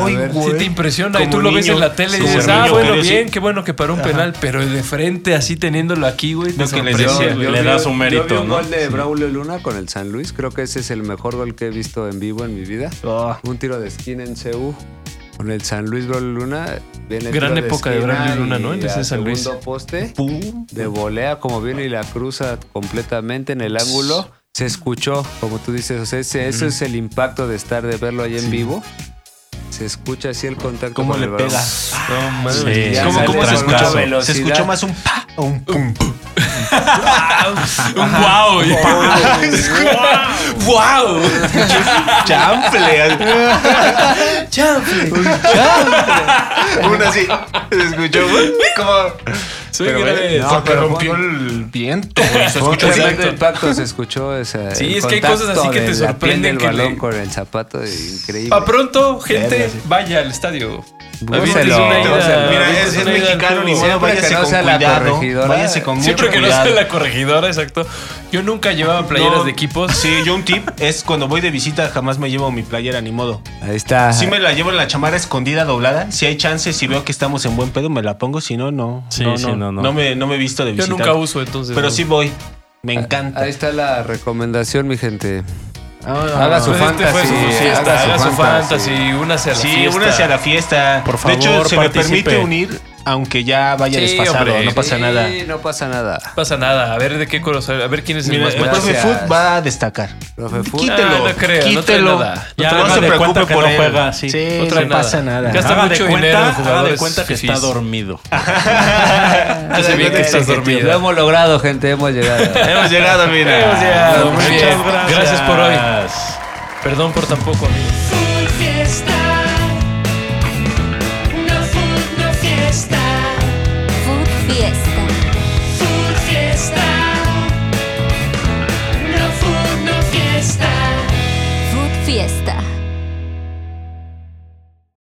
S3: ¡Ay,
S5: A ver,
S3: güey!
S4: Sí te impresiona y
S3: Como
S4: tú lo ves
S3: niño.
S4: en la tele y
S3: Como
S4: dices,
S3: niño
S4: ah,
S3: que
S4: bueno,
S3: eres,
S4: bien,
S3: sí.
S4: qué bueno que paró un penal, pero de frente así teniéndolo aquí, güey.
S3: Lo
S4: te
S3: que les
S4: sorprende,
S3: decía,
S4: güey.
S6: le
S5: Yo
S6: da
S5: vi-
S6: su
S5: yo vi
S6: mérito,
S5: un
S6: ¿no?
S5: gol de
S6: Sí.
S5: Braulio Luna con el San Luis. Creo que ese es el mejor gol que he visto en vivo en mi vida.
S3: Ah,
S5: Un tiro de esquina en CU. Con el San Luis Braulio Luna. Viene el
S4: Gran
S5: tiro de
S4: época de
S5: esquina
S4: Braulio Luna,
S5: y
S4: ¿no? En
S5: a
S4: ese San Luis.
S5: Segundo poste.
S3: ¡Pum!
S5: de volea como viene y la cruza completamente en el ángulo. Se escuchó, como tú dices, o sea, ese, eso es el impacto de estar, de verlo ahí en vivo. Se escucha así el contacto.
S3: ¿Cómo
S5: con
S3: le
S5: el balón.
S3: pega?
S4: No mames.
S6: Sí.
S5: Ya
S4: ¿Cómo,
S5: sale
S4: cómo
S5: con
S4: se
S5: mucha
S4: escucha?
S5: velocidad.
S3: Se escuchó más un pa o un pum.
S4: Un wow, güey. wow.
S3: Chample. Chample. Una así. ¿Se escuchó? güey? Como.
S4: Sí,
S3: Pero,
S4: güey.
S3: güey,
S5: no,
S3: porque
S5: pero
S3: rompió el viento. güey. Se
S5: Porque
S3: escuchó así.
S5: hablando de impacto, se escuchó esa.
S4: Sí,
S5: el
S4: es que hay
S5: contacto
S4: cosas así que
S5: de
S4: te
S5: la piel
S4: sorprenden
S5: del
S4: que le- Ah,
S5: balón con el zapato, increíble.
S4: Pa' pronto, gente,
S5: Verga, sí.
S4: vaya al estadio.
S5: Búselo,
S4: Avientes una ida,
S5: búselo.
S4: avientes
S3: Mira, es,
S4: una
S3: es
S4: ida al
S3: mexicano,
S4: juego.
S3: ni modo,
S5: Siempre que
S3: váyase
S5: no
S3: con
S5: sea la
S3: cuidado.
S5: corregidora.
S3: Váyase con mucho
S4: Siempre que no
S3: cuidado.
S4: sea la corregidora, exacto. Yo nunca llevaba playeras
S3: No,
S4: de equipos.
S3: Sí, yo un tip es cuando voy de visita jamás me llevo mi playera, ni modo.
S5: Ahí está.
S3: Si me la llevo en la chamarra escondida, doblada, si hay chance, si veo que estamos en buen pedo, me la pongo, si no, no.
S6: Sí,
S3: no,
S6: sí,
S3: no,
S6: no, no.
S3: me, no me he visto de
S4: Yo
S3: visita.
S4: nunca uso, entonces.
S3: Pero
S4: no.
S3: sí voy. Me encanta.
S5: Ahí está la recomendación, mi gente. Haga su
S4: Pues este fue
S5: fantasy.
S4: su fiesta, haga su fantasy, únase a la
S3: Sí,
S4: fiesta.
S3: únase a la fiesta.
S6: Por
S3: de
S6: favor,
S3: hecho, se me
S6: participe.
S3: permite unir, aunque ya vaya
S4: Sí,
S3: desfasado,
S4: hombre,
S3: no pasa
S5: Sí,
S3: nada.
S5: No pasa nada.
S4: No pasa nada. A ver de qué color sale, A ver quién es
S3: Mira,
S4: el
S3: el
S4: más bueno.
S3: profe
S5: gracias.
S3: Food va a destacar.
S5: Profe Fu-
S3: Quítelo,
S4: Ah, no creo, no trae
S3: quítelo.
S4: nada.
S6: Ya
S3: te-
S6: haga de cuenta que no
S3: él.
S6: juega, sí.
S3: Sí,
S4: No
S3: no,
S4: trae nada.
S3: pasa nada.
S4: Ya está
S6: Haga de
S4: mucho
S6: cuenta-
S4: dinero en
S6: haga de
S4: jugadores
S6: cuenta que está
S4: fifís.
S6: dormido.
S4: Hace bien que estás
S5: Lo
S4: dormido.
S5: hemos logrado, gente, hemos llegado.
S3: Hemos llegado, mira.
S4: Muy bien. Gracias por hoy. Perdón por tampoco, amigos.
S1: Full fiesta.